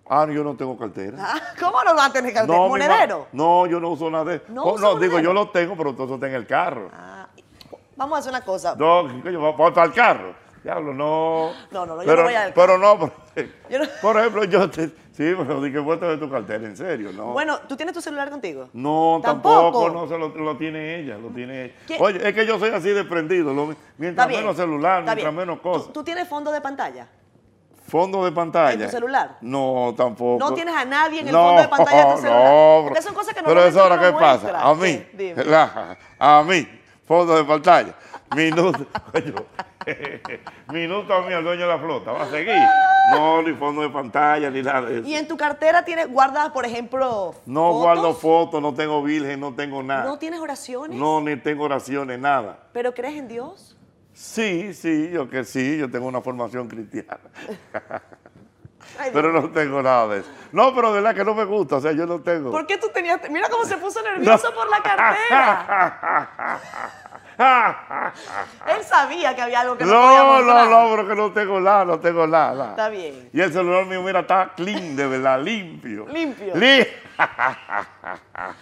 Ah, yo no tengo cartera. Ah, ¿Cómo no vas a tener cartera? No, mi ma- ¿Monedero? No, yo no uso nada de ¿No Oh, usa No, digo, monedero? yo lo tengo, pero entonces está en el carro. Ah, vamos a hacer una cosa. No, ¿qué coño, vamos para el carro. Diablo, no. No, no, no, yo pero, no voy al Pero no, pero- Yo no- por ejemplo, yo te, sí, pero dije, vuelta de tu cartera, en serio, no. Bueno, ¿tú tienes tu celular contigo? no, tampoco, ¿Tampoco? no, se lo, lo tiene ella, lo tiene ella. ¿Qué? Oye, es que yo soy así desprendido, lo- mientras menos celular, está mientras bien. menos ¿Tú, cosas. tú tienes fondo de pantalla? Fondo de pantalla. ¿En tu celular? No, tampoco. No tienes a nadie en el fondo de pantalla de tu celular. No, Porque son cosas que Pero normalmente eso ahora, uno no ¿qué pasa? muestra. A mí. ¿Qué? Dime. la- a mí. Fondo de pantalla. Minuto. coño, Minuto a mí, al dueño de la flota. Va a seguir. No, ni fondo de pantalla, ni nada de eso. ¿Y en tu cartera tienes, guardas, por ejemplo, No fotos? guardo fotos, no tengo virgen, no tengo nada. ¿No tienes oraciones? No, ni tengo oraciones, nada. ¿Pero crees en Dios? Sí, sí, yo que sí, yo tengo una formación cristiana. Ay, Pero Dios. no tengo nada de eso. No, pero de verdad que no me gusta, o sea, yo no tengo. ¿Por qué tú tenías...? Mira cómo se puso nervioso por la cartera. Él sabía que había algo que no, podía No, no, mostrar. no, pero que no tengo nada, no tengo nada. nada. Está bien. Y el celular mío, mira, está clean, de verdad, limpio. Limpio. Li-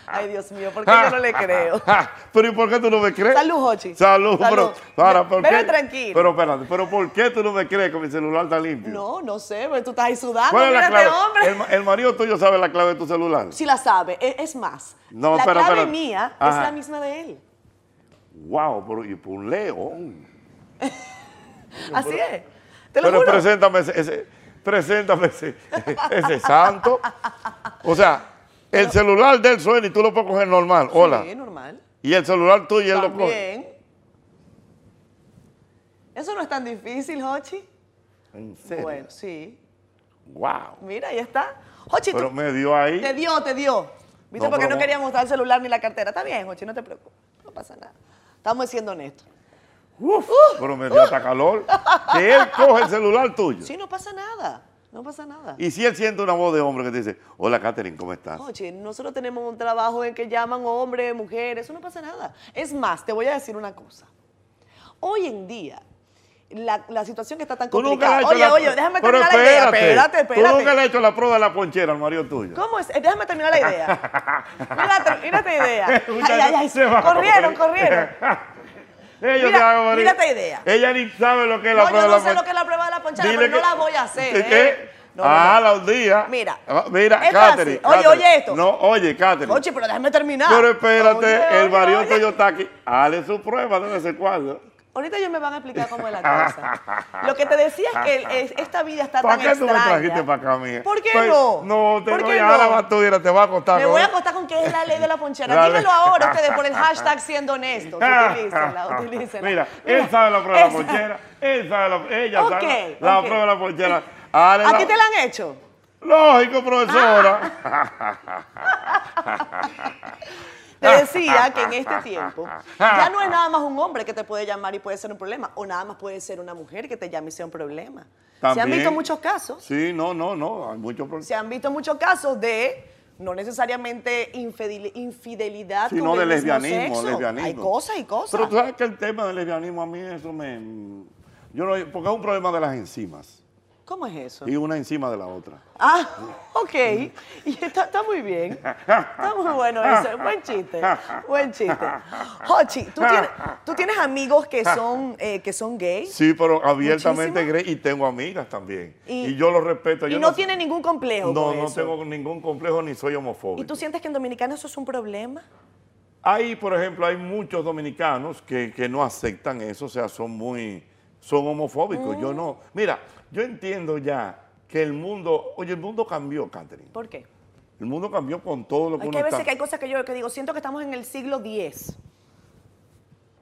Ay, Dios mío, ¿por qué yo no le creo? pero ¿y por qué tú no me crees? Salud, Jochi. Salud, Salud. pero. Para, ¿por Bebe qué? tranquilo. Pero espérate, pero ¿por qué tú no me crees que mi celular está limpio? No, no sé, pero tú estás ahí sudando. ¿Cuál es la Mírate, clave? hombre. El, ma- el marido tuyo sabe la clave de tu celular. Sí la sabe. E- Es más, No, la espera, clave espera. mía Ajá. es la misma de él. Wow, pero y por un león. Así es. Te lo Pero juro. preséntame ese, ese- preséntame ese, ese santo. O sea, el celular de él suena y tú lo puedes coger normal. Hola. Sí, normal. Y el celular tuyo él lo coge. También. Eso no es tan difícil, Hochi. ¿En serio? Bueno, sí. Wow. Mira, ahí está. Jochi, tú- Pero me dio ahí. te dio, te dio. ¿Viste? No, Porque pero no no. queríamos dar el celular ni la cartera. Está bien, Jochi, no te preocupes. No pasa nada. Estamos siendo honestos. Uf, Uh, pero me dio hasta calor. Que él coge el celular tuyo. Sí, no pasa nada. No pasa nada. Y si él siente una voz de hombre que te dice, hola Katherine, ¿cómo estás? Oye, nosotros tenemos un trabajo en que llaman hombres, mujeres, eso no pasa nada. Es más, te voy a decir una cosa. Hoy en día, la, la situación está tan Tú nunca complicada. le has hecho Oye, la- oye, déjame Pero terminar la idea. Espérate, Tú nunca le espérate. has hecho la prueba de la ponchera al marido tuyo. ¿Cómo es? Eh, Déjame terminar la idea. Mira, ter- mira esta idea. Ay, ay, ay, Se va a corrieron, morir. corrieron. Ella Mira, te va a morir. mira esta idea. Ella ni sabe lo que es la No, prueba yo de no la sé lo ponchera. que es la prueba de la ponchada, Dile pero no que- la voy a hacer. ¿De ¿eh? qué? No, no, ah, no. la un día. Mira. Ah, Mira, Esto es así. Katherine. Oye, Katherine. oye esto. No, oye, Katherine. Oye, pero déjame terminar. Pero espérate, Oye, el oye, marido oye. tuyo está aquí. Hale su prueba, no sé cuándo. Ahorita ellos me van a explicar cómo es la cosa. Lo que te decía es que el- es- esta vida está ¿Para tan qué tú me extraña. trajiste para acá, mía? ¿Por qué Estoy- no? No, te ¿Por voy qué a no? la batudera, te va a costar. Me ¿no? voy a acostar con que es la ley de la ponchera. Dale. Dímelo ahora ustedes por el hashtag siendo honesto. Utilícenla, utilícenla. Ah, Mira, él sabe la prueba de la esa- ponchera, él sabe la, ella Ok, sabe la, la ok. prueba de la ponchera. Dale ¿A ti te la Ah. han hecho? Lógico, profesora. Te decía que en este tiempo ya no es nada más un hombre que te puede llamar y puede ser un problema, o nada más puede ser una mujer que te llame y sea un problema. Se han También. visto muchos casos. Sí, no, no, no, hay muchos problemas. se han visto muchos casos de no necesariamente infidel- infidelidad Sí, con no el de mismo lesbianismo, sexo. lesbianismo. Hay cosas y cosas. Pero tú sabes que el tema del lesbianismo a mí eso me... Yo no, porque es un problema de las enzimas. ¿Cómo es eso? Y una encima de la otra. Ah, ok. Y está, está muy bien. Está muy bueno eso. Buen chiste. Buen chiste. Jochi, ¿tú tienes, tú tienes amigos que son, eh, que son gays? Sí, pero abiertamente Muchísimo. gay y tengo amigas también. Y- Y, yo lo respeto. Y yo no, tienen ningún complejo. No, con no eso. tengo ningún complejo ni soy homofóbico. ¿Y tú sientes que en Dominicana eso es un problema? Ahí, por ejemplo, hay muchos dominicanos que, que no aceptan eso, o sea, son muy, son homofóbicos. Mm. Yo no, mira, yo entiendo ya que el mundo, oye, el mundo cambió, Catherine. ¿Por qué? El mundo cambió con todo lo Es que que uno hay veces está- que hay cosas que yo que digo, siento que estamos en el siglo X.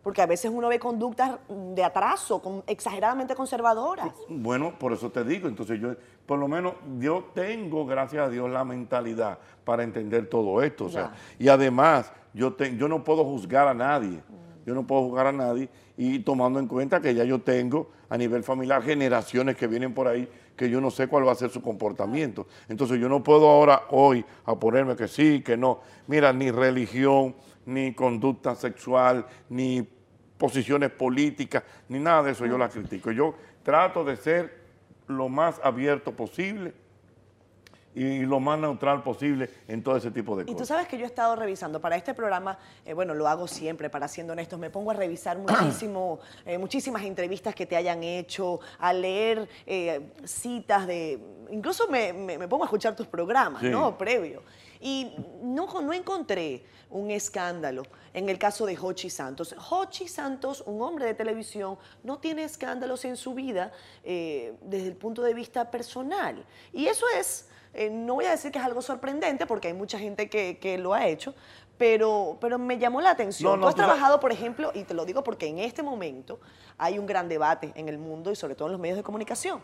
Porque a veces uno ve conductas de atraso, con- exageradamente conservadoras. Bueno, por eso te digo, entonces yo, por lo menos yo tengo, gracias a Dios, la mentalidad para entender todo esto. O sea, y además, yo, te- yo no puedo juzgar a nadie, yo no puedo juzgar a nadie y tomando en cuenta que ya yo tengo a nivel familiar generaciones que vienen por ahí que yo no sé cuál va a ser su comportamiento. Entonces yo no puedo ahora, hoy, a ponerme que sí, que no. Mira, ni religión, ni conducta sexual, ni posiciones políticas, ni nada de eso yo la critico. Yo trato de ser lo más abierto posible y lo más neutral posible en todo ese tipo de Y tú cosas. sabes que yo he estado revisando para este programa, eh, bueno, lo hago siempre, para siendo honestos, me pongo a revisar muchísimo, eh, muchísimas entrevistas que te hayan hecho, a leer eh, citas de, incluso me, me- me pongo a escuchar tus programas, Sí. ¿no? Previo. Y no, jo- no encontré un escándalo en el caso de Jochi Santos. Jochi Santos, un hombre de televisión, no tiene escándalos en su vida eh, desde el punto de vista personal. Y eso es... Eh, no voy a decir que es algo sorprendente porque hay mucha gente que, que lo ha hecho, pero, pero me llamó la atención. No, no, tú has tú sabes- trabajado, por ejemplo, y te lo digo porque en este momento hay un gran debate en el mundo y sobre todo en los medios de comunicación.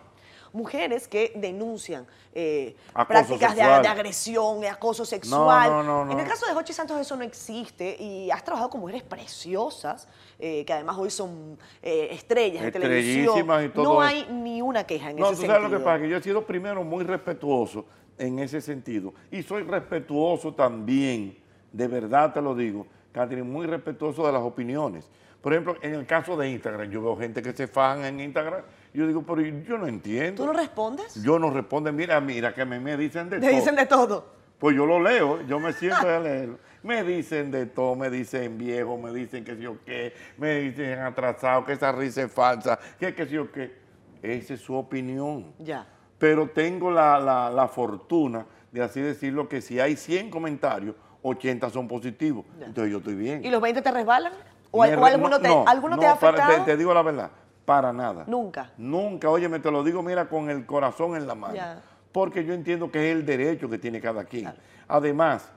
Mujeres que denuncian eh, Acoso prácticas de, sexual. de agresión, de acoso sexual. no, no, no. En el caso de Jochi Santos eso no existe y has trabajado con mujeres preciosas, eh, que además hoy son eh, estrellas de televisión. Estrellísimas y todo no eso. hay ni una queja en No, tú ese sabes lo sentido. que pasa, que yo he sido primero muy respetuoso en ese sentido y soy respetuoso también, de verdad te lo digo, Catherine, muy respetuoso de las opiniones. Por ejemplo, en el caso de Instagram, yo veo gente que se fajan en Instagram y yo digo, pero yo no entiendo. ¿Tú no respondes? Yo no respondo, mira, mira, que me, me dicen de Te todo. dicen de todo. Pues yo lo leo, yo me siento a leerlo. Me dicen de todo, me dicen viejo, me dicen que sé yo qué, me dicen atrasado, que esa risa es falsa, que qué sé yo qué. Esa es su opinión. Ya. Pero tengo la, la- la fortuna de así decirlo que si hay 100 comentarios, 80 son positivos. Entonces yo estoy bien. ¿Y los 20 te resbalan? ¿O, Me al- o re- alguno, no, te, no, alguno te no, ha para- afectado? te, te digo la verdad, para nada. Nunca. Nunca, oye, me te lo digo, mira, con el corazón en la mano. Ya. Porque yo entiendo que es el derecho que tiene cada quien. Además,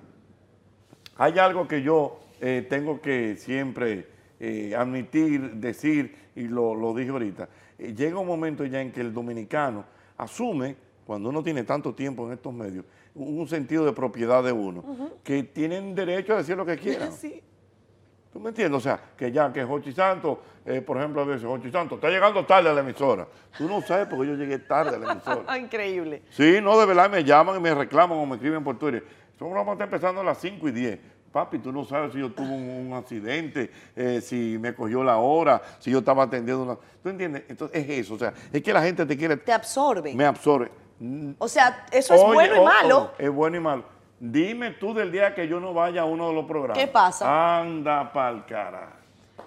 hay algo que yo eh, tengo que siempre eh, admitir, decir, y lo, lo dije ahorita. Eh, llega un momento ya en que el dominicano asume cuando uno tiene tanto tiempo en estos medios, un sentido de propiedad de uno, que tienen derecho a decir lo que quieran. Sí. ¿Tú me entiendes? O sea, que ya, que Jochi Santos, eh, por ejemplo, a veces Jochi Santos está llegando tarde a la emisora. Tú no sabes porque yo llegué tarde a la emisora. Ah, Increíble. Sí, no, de verdad me llaman y me reclaman o me escriben por Twitter. Somos vamos a estar empezando a las 5 y 10. Papi, tú no sabes si yo tuve un, un accidente, eh, si me cogió la hora, si yo estaba atendiendo una... ¿Tú entiendes? Entonces es eso, o sea, es que la gente te quiere... Te absorbe. Me absorbe. Mm, O sea, eso es Oye, bueno y oh, malo. oh, es bueno y malo. Dime tú del día que yo no vaya a uno de los programas. ¿Qué pasa? Anda pa'l carajo.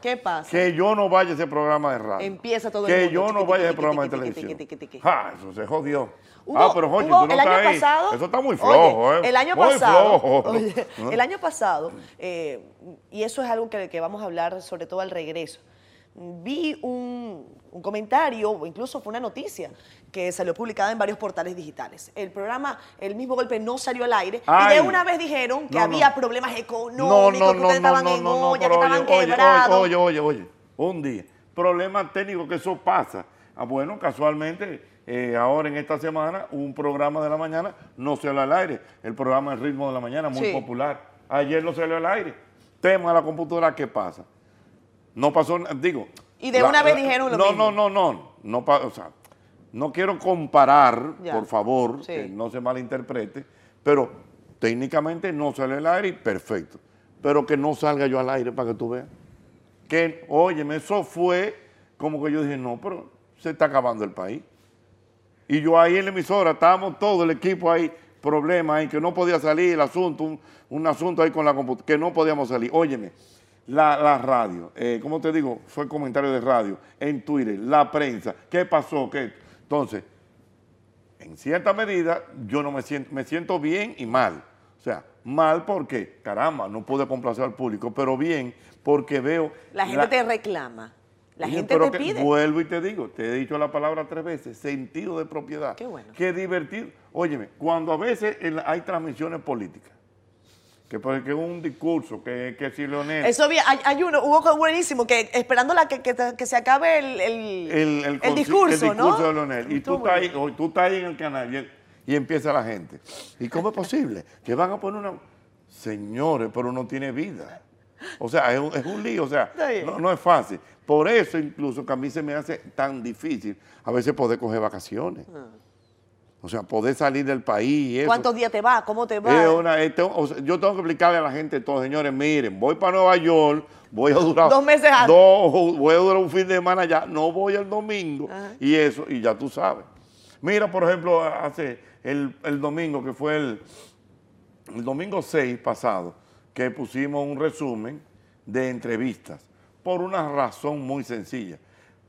¿Qué pasa? Que yo no vaya a ese programa de radio. Empieza todo el que mundo, yo no tiqui, vaya a ese tiqui, programa de tiqui, tiqui, televisión. tiqui, tiqui, tiqui. Ah, eso se jodió. Hubo- ah, pero Jorge, hubo tú no el año estás ahí. pasado. Eso está muy Oye, flojo, ¿eh? El año muy pasado. flojo. ¿Eh? oye, ¿No? el año pasado, eh, y eso es algo que, que vamos a hablar sobre todo al regreso. Vi un, un comentario, o incluso fue una noticia, que salió publicada en varios portales digitales. El programa, el mismo golpe, no salió al aire. Y Ay. de una vez dijeron que No, no. había problemas económicos, No, no, que no, ustedes no, estaban no, en no, no, olla, que pero estaban oye, quebrados. Oye, oye, oye, oye, un día. Problema técnico que eso pasa. Ah, bueno, casualmente, eh, ahora en esta semana, un programa de la mañana no salió al aire. El programa El Ritmo de la Mañana, muy Sí. popular. Ayer no salió al aire. Tema de la computadora, ¿qué pasa? No pasó, na- digo. eh, Y de una vez dijeron lo no, mismo. No, no, no, no. pa- o sea, no quiero comparar, Ya. por favor, Sí. que no se malinterprete, pero técnicamente no sale al aire y perfecto. Pero que no salga yo al aire para que tú veas. Que, óyeme, eso fue como que yo dije, no, pero se está acabando el país. Y yo ahí en la emisora, estábamos todo el equipo ahí, problemas ahí, que no podía salir el asunto, un, un asunto ahí con la computadora, que no podíamos salir. Óyeme, la, la radio, eh, ¿cómo te digo? Fue comentario de radio, en Twitter, la prensa, ¿qué pasó? ¿Qué? Entonces, en cierta medida, yo no me siento, me siento bien y mal. O sea, mal porque, caramba, no pude complacer al público, pero bien porque veo... La gente te reclama. La Oye, gente pero te que- pide. Vuelvo y te digo, te he dicho la palabra tres veces, sentido de propiedad. Qué bueno. Qué divertido. Óyeme, cuando a veces en la- hay transmisiones políticas, que porque un discurso, que, que si Leonel... Eso vi, hay, hay uno, hubo buenísimo, que esperando la que, que, que se acabe el, el, el, el conci- el discurso, ¿no? discurso de Leonel. Y tú Estuvo estás, ahí, bueno. o tú estás ahí en el canal y, él- y empieza la gente. ¿Y cómo es posible? Que van a poner una... Señores, pero no tiene vida. O sea, es un, es un lío, o sea, Está bien. no, no es fácil. Por eso incluso que a mí se me hace tan difícil a veces poder coger vacaciones. Ah. O sea, poder salir del país y eso. ¿Cuántos días te va? ¿Cómo te va? Es una- es- tengo- o sea, yo tengo que explicarle a la gente todo, señores, miren, voy para Nueva York, voy a durar Dos meses antes. dos- voy a durar un fin de semana allá, no voy el domingo Ajá. y eso, y ya tú sabes. Mira, por ejemplo, hace el, el domingo que fue el, el domingo 6 pasado, que pusimos un resumen de entrevistas, por una razón muy sencilla.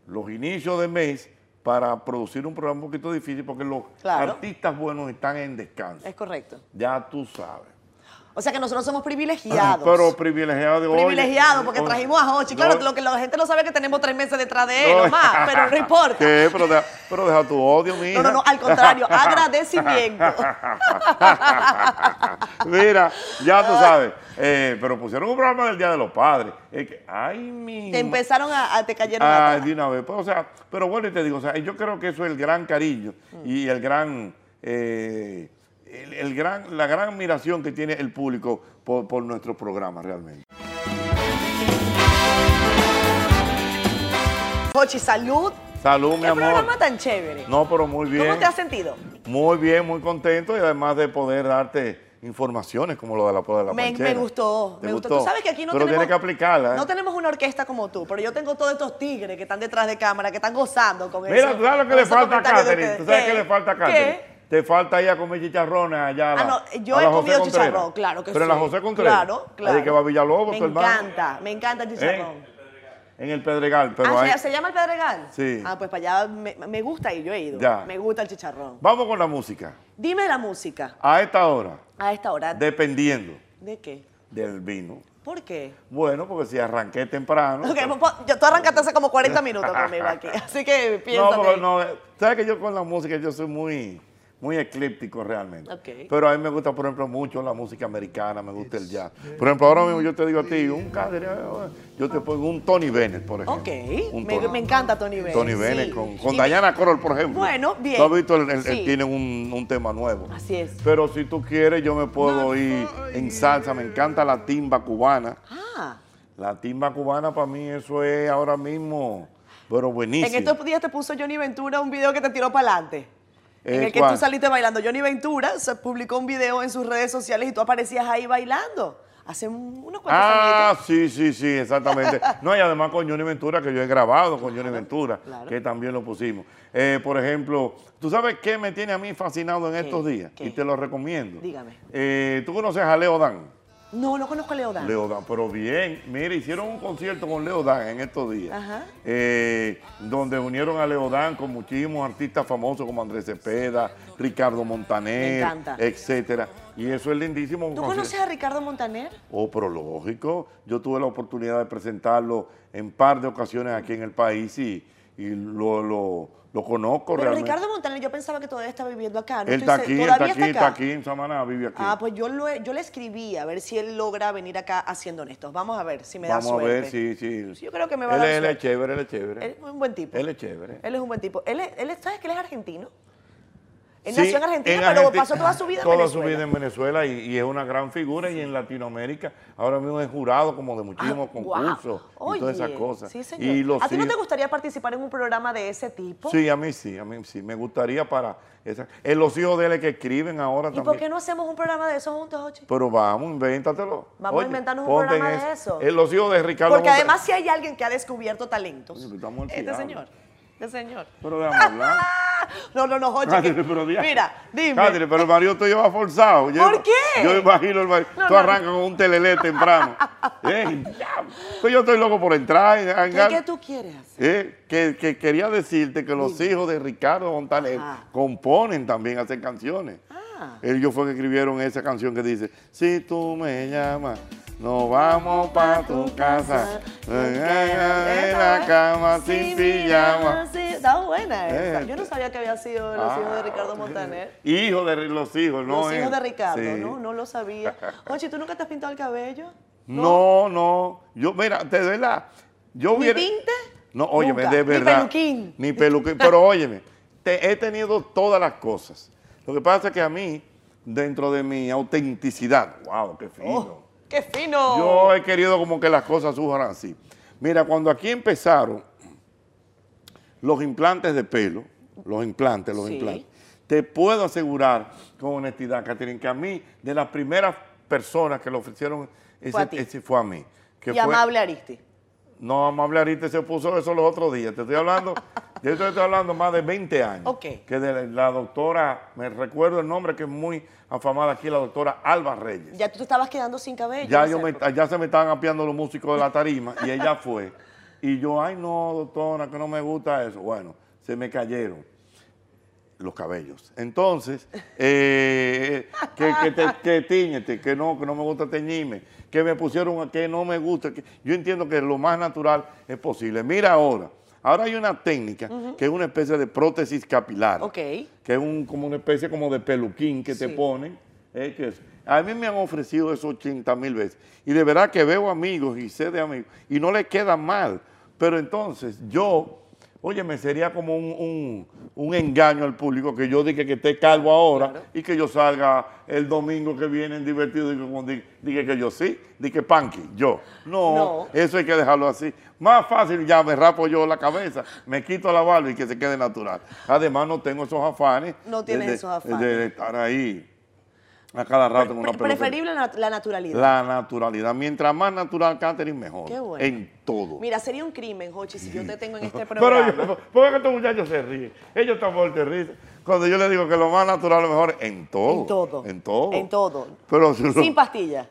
Los inicios de mes para producir un programa un poquito difícil porque los Claro. artistas buenos están en descanso. Es correcto. Ya tú sabes. O sea que nosotros somos privilegiados. Ah, Pero privilegiado de hoy. privilegiados, porque trajimos a Hochi. Claro, lo que la gente no sabe es que tenemos tres meses detrás de él, nomás, pero no importa. ¿Qué? Pero deja, pero deja tu odio, mija. No, no, no, al contrario, agradecimiento. Mira, ya tú sabes. Eh, pero pusieron un programa del Día de los Padres. Es que, ay, mi. Te empezaron a, a- te cayeron Ay, atrás. de una vez. Pues, o sea, pero bueno, y te digo, o sea, yo creo que eso es el gran cariño Mm. y el gran, eh, el, el gran, la gran admiración que tiene el público por, por nuestro programa realmente. Hochi, salud. Salud, mi Qué amor. programa tan chévere. No, pero muy bien. ¿Cómo te has sentido? Muy bien, muy contento y además de poder darte informaciones como lo de la prueba de la Me, panchera. me gustó, ¿Te me gustó. Tú sabes que aquí no Pero tenemos. tienes que aplicarla. ¿eh? No tenemos una orquesta como tú, pero yo tengo todos estos tigres que están detrás de cámara, que están gozando con Mira, eso- tú sabes lo que con le esos falta a comentarios de Catherine. ¿Tú ustedes. sabes ¿Qué? qué le falta a ¿Qué? Catherine? Te falta ir a comer chicharrones allá. a la- Ah, no, yo a he la José comido Contreras. chicharrón, claro que Pero en sí. la José Contreras. Claro, claro. Ahí que va a Villalobos, me tu hermano. encanta, me encanta el chicharrón. ¿Eh? En el Pedregal, pero Ah, ahí- ¿se, se llama el Pedregal? Sí. Ah, pues para allá me, me gusta y yo he ido. Ya. Me gusta el chicharrón. Vamos con la música. Dime la música A esta hora, a esta hora. ¿De, dependiendo qué? del vino. ¿Por qué? Bueno, porque si arranqué temprano. Ok, pues, yo, tú arrancaste hace como 40 minutos conmigo aquí, así que piensa. No, porque no, eh, sabes que yo con la música yo soy muy, muy eclíptico realmente. Ok. Pero a mí me gusta, por ejemplo, mucho la música americana, me gusta el jazz. Por ejemplo, ahora mismo yo te digo a ti, un cadre, yo te pongo un Tony Bennett, por ejemplo. Ok, Un me, Tony. me encanta Tony Bennett. Tony sí. Bennett con, con Y- Diana Corol, por ejemplo. Bueno, bien. ¿Tú has visto? Él, él- él Sí. tiene un, un tema nuevo. Así es. Pero si tú quieres, yo me puedo ir en salsa. Me encanta la timba cubana. Ah, La timba cubana para mí eso es ahora mismo, pero buenísimo. en estos días te puso Johnny Ventura un video que te tiró para adelante. En Eh, el que ¿cuál? tú saliste bailando. Johnny Ventura se publicó un video en sus redes sociales y tú aparecías ahí bailando. Hace un- unos cuantos Ah, añitos. sí, sí, sí, exactamente. No, y además con Johnny Ventura, que yo he grabado con Johnny Ventura, claro. que también lo pusimos. Eh, por ejemplo, ¿tú sabes qué me tiene a mí fascinado en estos días? ¿Qué? Y te lo recomiendo. Dígame. Eh, ¿Tú conoces a Leo Dan? No, no conozco a Leodan. Leo Dan, pero bien. Mira, hicieron un concierto con Leo Dan en estos días. Ajá. eh, donde unieron a Leo Dan con muchísimos artistas famosos como Andrés Cepeda, Ricardo Me Montaner, encanta. etcétera. Y eso es lindísimo. ¿Tú Conci- conoces a Ricardo Montaner? Oh, pero lógico. Yo tuve la oportunidad de presentarlo en par de ocasiones aquí en el país y, y lo, lo- lo conozco Pero Oh, realmente. Ricardo Montaner, yo pensaba que todavía estaba viviendo acá. No estoy él está se- aquí, él está ¿Todavía aquí, está aquí en Samaná, vive aquí. Ah, pues yo, lo, he- yo le escribí a ver si él logra venir acá haciendo honestos. Vamos a ver si me Vamos da a suerte. ver, sí, sí. Sí, yo creo que me va a él, dar es- Él es suerte. chévere, él es chévere. Él es un buen tipo. Él es chévere. Él es un buen tipo. Él, es- él es- ¿Sabes que él es argentino? Él Sí, nació en Argentina, pero Argenti- pasó toda su vida en toda Venezuela. su vida en Venezuela y, y es una gran figura y en Latinoamérica ahora mismo es jurado como de muchísimos Ah, concursos guau. y todas esas Oye, cosas. Sí, señor. Y los ¿A ti no hijos- te gustaría participar en un programa de ese tipo? Sí, a mí sí, a mí sí. Me gustaría para esa, eh, los hijos de él que escriben ahora ¿Y también. por qué no hacemos un programa de esos juntos, Ochi? Pero vamos, invéntatelo. Vamos a inventarnos un ponte programa en de eso. Eh, los hijos de Ricardo Porque Montaner. además si hay alguien que ha descubierto talentos. Oye, pero estamos Este enfriados. señor. Este señor. Pero déjame hablar. No, no, no, Ochi. que- Cáceres, pero diablo. Mira, dime. Cáceres, pero el marido tuyo va forzado. ¿Por qué? Yo imagino el marido. No, tú no. arrancas con un telelé temprano. Ey, diablo. Pues yo estoy loco por entrar. en- en- ¿Qué, qué tú quieres hacer? Eh, que, que quería decirte que los hijos de Ricardo Montaner Ajá. componen también, hacen canciones. Ah. Ellos fue que escribieron esa canción que dice, si tú me llamas, nos vamos pa' tu casa, eh, en la cama sin pijama. Sí, está buena esa. Eh. Yo no sabía que había sido los hijos de Ricardo Montaner. Ah. Hijo de ri- los hijos, no los hijos él. de Ricardo, Sí. ¿no? No lo sabía. Ochi, ¿tú nunca te has pintado el cabello? No, no. Yo, mira, te doy la. Yo ¿Ni hubiera- tinte? No, óyeme, Nunca. de Ni verdad. peluquín. Ni peluquín. Pero óyeme, te- he tenido todas las cosas. Lo que pasa es que a mí, dentro de mi autenticidad, wow, qué fino. Oh, ¡Qué fino! Yo he querido como que las cosas surjan así. Mira, cuando aquí empezaron los implantes de pelo, los implantes, los Sí. implantes, te puedo asegurar con honestidad, Catherine, que a mí, de las primeras personas que le ofrecieron ese Fue a ti. ese fue a mí. Que y fue- amable Aristi. no, amable ahorita se puso eso los otros días. Te estoy hablando, de esto estoy hablando más de 20 años. Ok. Que de la, la doctora, me recuerdo el nombre que es muy afamada aquí, la doctora Alba Reyes. Ya tú te estabas quedando sin cabello. Ya, en yo esa me- época. ya se me estaban apiando los músicos de la tarima y ella fue. Y yo, ay no, doctora, que no me gusta eso. Bueno, se me cayeron los cabellos. Entonces, eh, que, que, te, que tíñete, que no, que no me gusta teñirme, que me pusieron a que no me gusta. que- yo entiendo que lo más natural es posible. Mira ahora, ahora hay una técnica que es una especie de prótesis capilar. Ok. Que es un, como una especie como de peluquín que te Sí. ponen. eh, que es- a mí me han ofrecido eso 80 mil veces. Y de verdad que veo amigos y sé de amigos. Y no le queda mal. Pero entonces yo, oye, me sería como un, un- un engaño al público que yo diga que esté calvo ahora y que yo salga el domingo que viene en divertido y que como di- diga que yo sí, diga que panqui, yo. No, No. eso hay que dejarlo así. Más fácil ya me rapo yo la cabeza, me quito la barba y que se quede natural. Además no tengo esos afanes. No de- tienes de- esos afanes. De, de estar ahí a cada rato en una Pre- peluquería. preferible la, nat- la naturalidad. La naturalidad. Mientras más natural, Catherine, mejor. Qué bueno. En todo. Mira, sería un crimen, Jochi, si yo te tengo en este Pero programa. yo, ¿por qué estos muchachos se ríen? Ellos están muertos de risa. Cuando yo les digo que lo más natural, lo mejor, en todo. En todo. En todo. En todo. Pero si lo- Sin pastilla.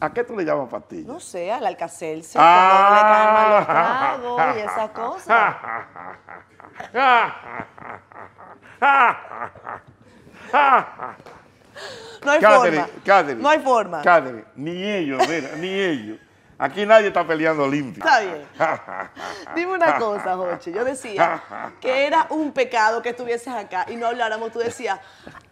¿A qué tú le llamas pastilla? No sé, al alcacelce, Ah. cuando le calman los tragos y esas cosas. No hay Catherine, forma. Catherine, no hay forma. Catherine, ni ellos, mira, ni ellos. Aquí nadie está peleando limpio. Está bien. Dime una cosa, Joche. Yo decía que era un pecado que estuvieses acá y no habláramos. Tú decías,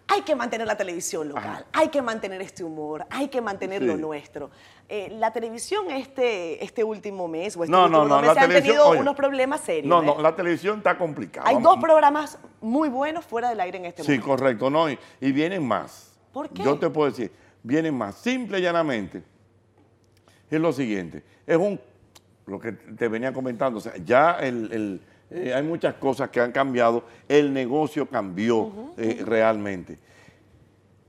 hay que mantener la televisión local, hay que mantener este humor, hay que mantener lo Sí. nuestro. Eh, la televisión este, este último mes o este No, último no, no. mes La han televisión, tenido oye, unos problemas serios. No, ¿eh? no, la televisión está complicada. Hay Vamos- dos programas muy buenos fuera del aire en este Sí, momento. correcto, no, y, y vienen más. ¿Por qué? Yo te puedo decir, vienen más, simple y llanamente. Es lo siguiente, es un, lo que te venía comentando, o sea, ya el, el, eh, hay muchas cosas que han cambiado, el negocio cambió eh, realmente.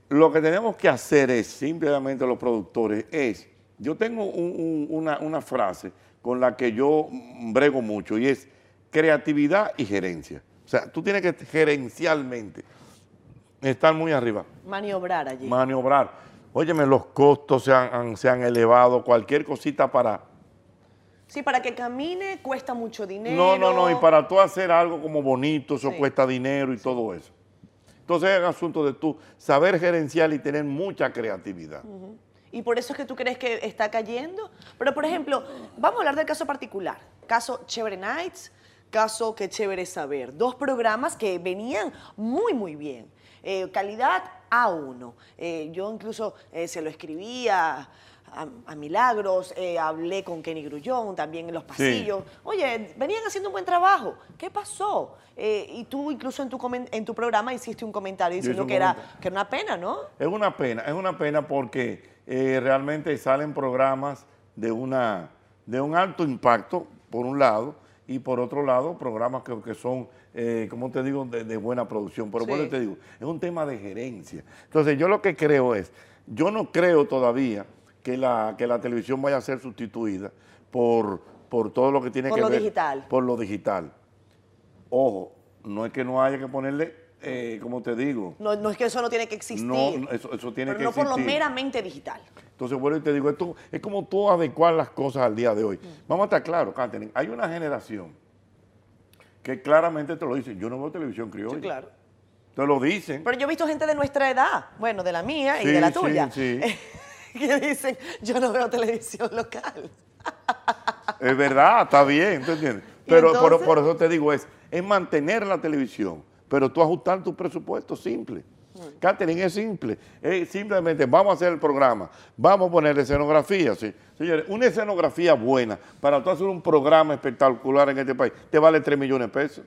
Lo que tenemos que hacer es, simplemente los productores, es, yo tengo un- un- una, una frase con la que yo mm, brego mucho y es creatividad y gerencia. O sea, tú tienes que gerencialmente estar muy arriba, Maniobrar allí. maniobrar. Óyeme, los costos se han, han- se han elevado, cualquier cosita para... sí, para que camine cuesta mucho dinero. No, no, no, y para tú hacer algo como bonito, eso Sí. cuesta dinero y todo eso. Entonces es un asunto de tú saber gerenciar y tener mucha creatividad. Y por eso es que tú crees que está cayendo. Pero, por ejemplo, vamos a hablar del caso particular. Caso Chévere Nights, caso Que Chévere Saber. Dos programas que venían muy, muy bien. Eh, calidad A1. Eh, yo incluso eh, se lo escribía a, a Milagros, eh, hablé con Kenny Grullón también en los pasillos. Oye, venían haciendo un buen trabajo. ¿Qué pasó? Eh, y tú incluso en tu, comen- en tu programa hiciste un comentario Yo hice diciendo un que, era, comentario. que era una pena, ¿no? Es una pena, es una pena porque eh, realmente salen programas de, una, de un alto impacto, por un lado, y por otro lado, programas que, que son, eh, como te digo, de, de buena producción. Pero bueno, Sí. te digo, es un tema de gerencia. Entonces, yo lo que creo es, yo no creo todavía que la, que la televisión vaya a ser sustituida por, por todo lo que tiene Por que lo ver. digital. Por lo digital. Ojo, no es que no haya que ponerle, eh, como te digo, No, no es que eso no tiene que existir. no, no, eso- eso tiene pero que no por lo existir. meramente digital. Entonces, bueno, y te digo, esto es como tú adecuar las cosas al día de hoy. Vamos a estar claros, Catherine, hay una generación que claramente te lo dice, yo no veo televisión criolla. Te lo dicen. Pero yo he visto gente de nuestra edad, bueno, de la mía y de Sí, la sí, tuya, sí. que dicen, yo no veo televisión local. Es verdad, está bien, ¿tú entiendes? ¿Y Pero por- entonces? por, eso te digo, es, es mantener la televisión, pero tú ajustar tu presupuesto, simple. Catherine, es simple. Es simplemente vamos a hacer el programa, vamos a poner escenografía, sí. Señores, una escenografía buena para tú hacer un programa espectacular en este país, te vale 3 millones de pesos.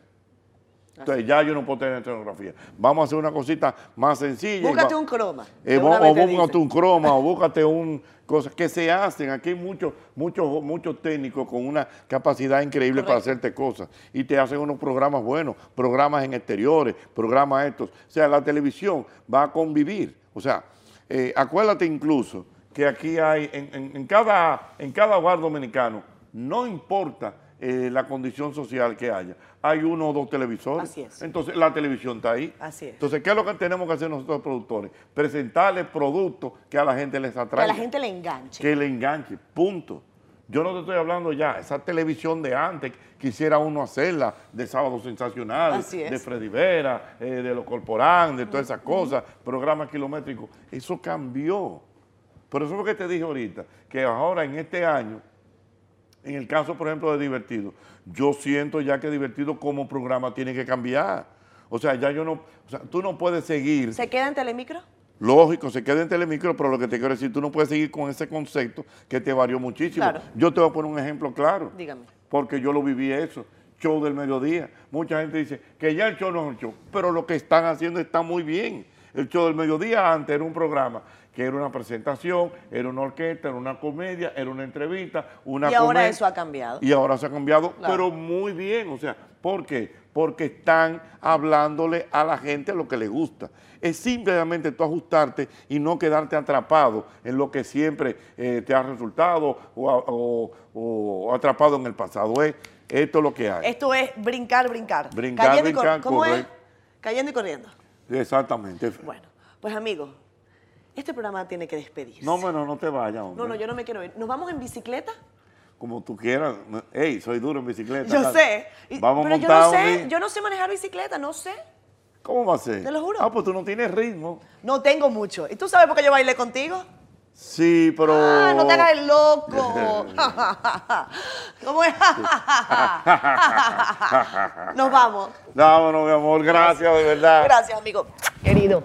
Entonces ya yo no puedo tener escenografía. Vamos a hacer una cosita más sencilla. y Búscate va- un croma. eh, de bo- una vez o te dicen. búscate un croma, o búscate un cosa que se hacen. Aquí hay muchos muchos muchos técnicos con una capacidad increíble para hacerte cosas. Y te hacen unos programas buenos, programas en exteriores, programas estos. O sea, la televisión va a convivir. O sea, eh, acuérdate incluso que aquí hay, en, en- en cada, en cada hogar dominicano, no importa eh, la condición social que haya, hay uno o dos televisores. Así es. Entonces, la televisión está ahí. Así es. Entonces, ¿qué es lo que tenemos que hacer nosotros los productores? Presentarles productos que a la gente les Que atraiga. a la gente le enganche. Que le enganche, punto. Yo no te estoy hablando ya, esa televisión de antes, quisiera uno hacerla, de Sábado Sensacional, Así es. de Freddy Vera, eh, de los Corporán, de todas esas cosas, programas kilométricos. Eso cambió. Por eso es lo que te dije ahorita, que ahora en este año, en el caso, por ejemplo, de Divertido, yo siento ya que Divertido como programa tiene que cambiar. O sea, ya yo no, o sea, tú no puedes seguir ¿Se queda en Telemicro? Lógico, se queda en Telemicro, pero lo que te quiero decir, tú no puedes seguir con ese concepto que te varió muchísimo. Claro. Yo te voy a poner un ejemplo claro. Dígame. Porque yo lo viví eso, show del mediodía. Mucha gente dice que ya el show no es un show, pero lo que están haciendo está muy bien. El show del mediodía antes era un programa que era una presentación, era una orquesta, era una comedia, era una entrevista, una y ahora comedia. eso ha cambiado. Y ahora se ha cambiado, Claro. pero muy bien. O sea, ¿por qué? Porque están hablándole a la gente lo que le gusta. Es simplemente tú ajustarte y no quedarte atrapado en lo que siempre eh, te ha resultado o, a- o- o atrapado en el pasado. Es, esto es lo que hay. Esto es brincar, brincar. Brincar, Cayendo y cor- brincar, ¿Cómo correcto. es? Cayendo y corriendo. Exactamente. Bueno, pues amigos, este programa tiene que despedirse. No, bueno, no te vayas, hombre. no, no, yo no me quiero ir. ¿Nos vamos en bicicleta? Como tú quieras. Ey, soy duro en bicicleta. Yo Dale. sé. Y- Vamos pero a yo no montar sé, un- yo no sé manejar bicicleta, no sé. ¿Cómo va a ser? Te lo juro. Ah, pues tú no tienes ritmo. No tengo mucho. ¿Y tú sabes por qué yo bailé contigo? Sí, pero. Ah, no te hagas el loco. ¿Cómo es? Nos vamos. Vámonos, mi amor. Gracias, de verdad. Gracias, amigo. Querido.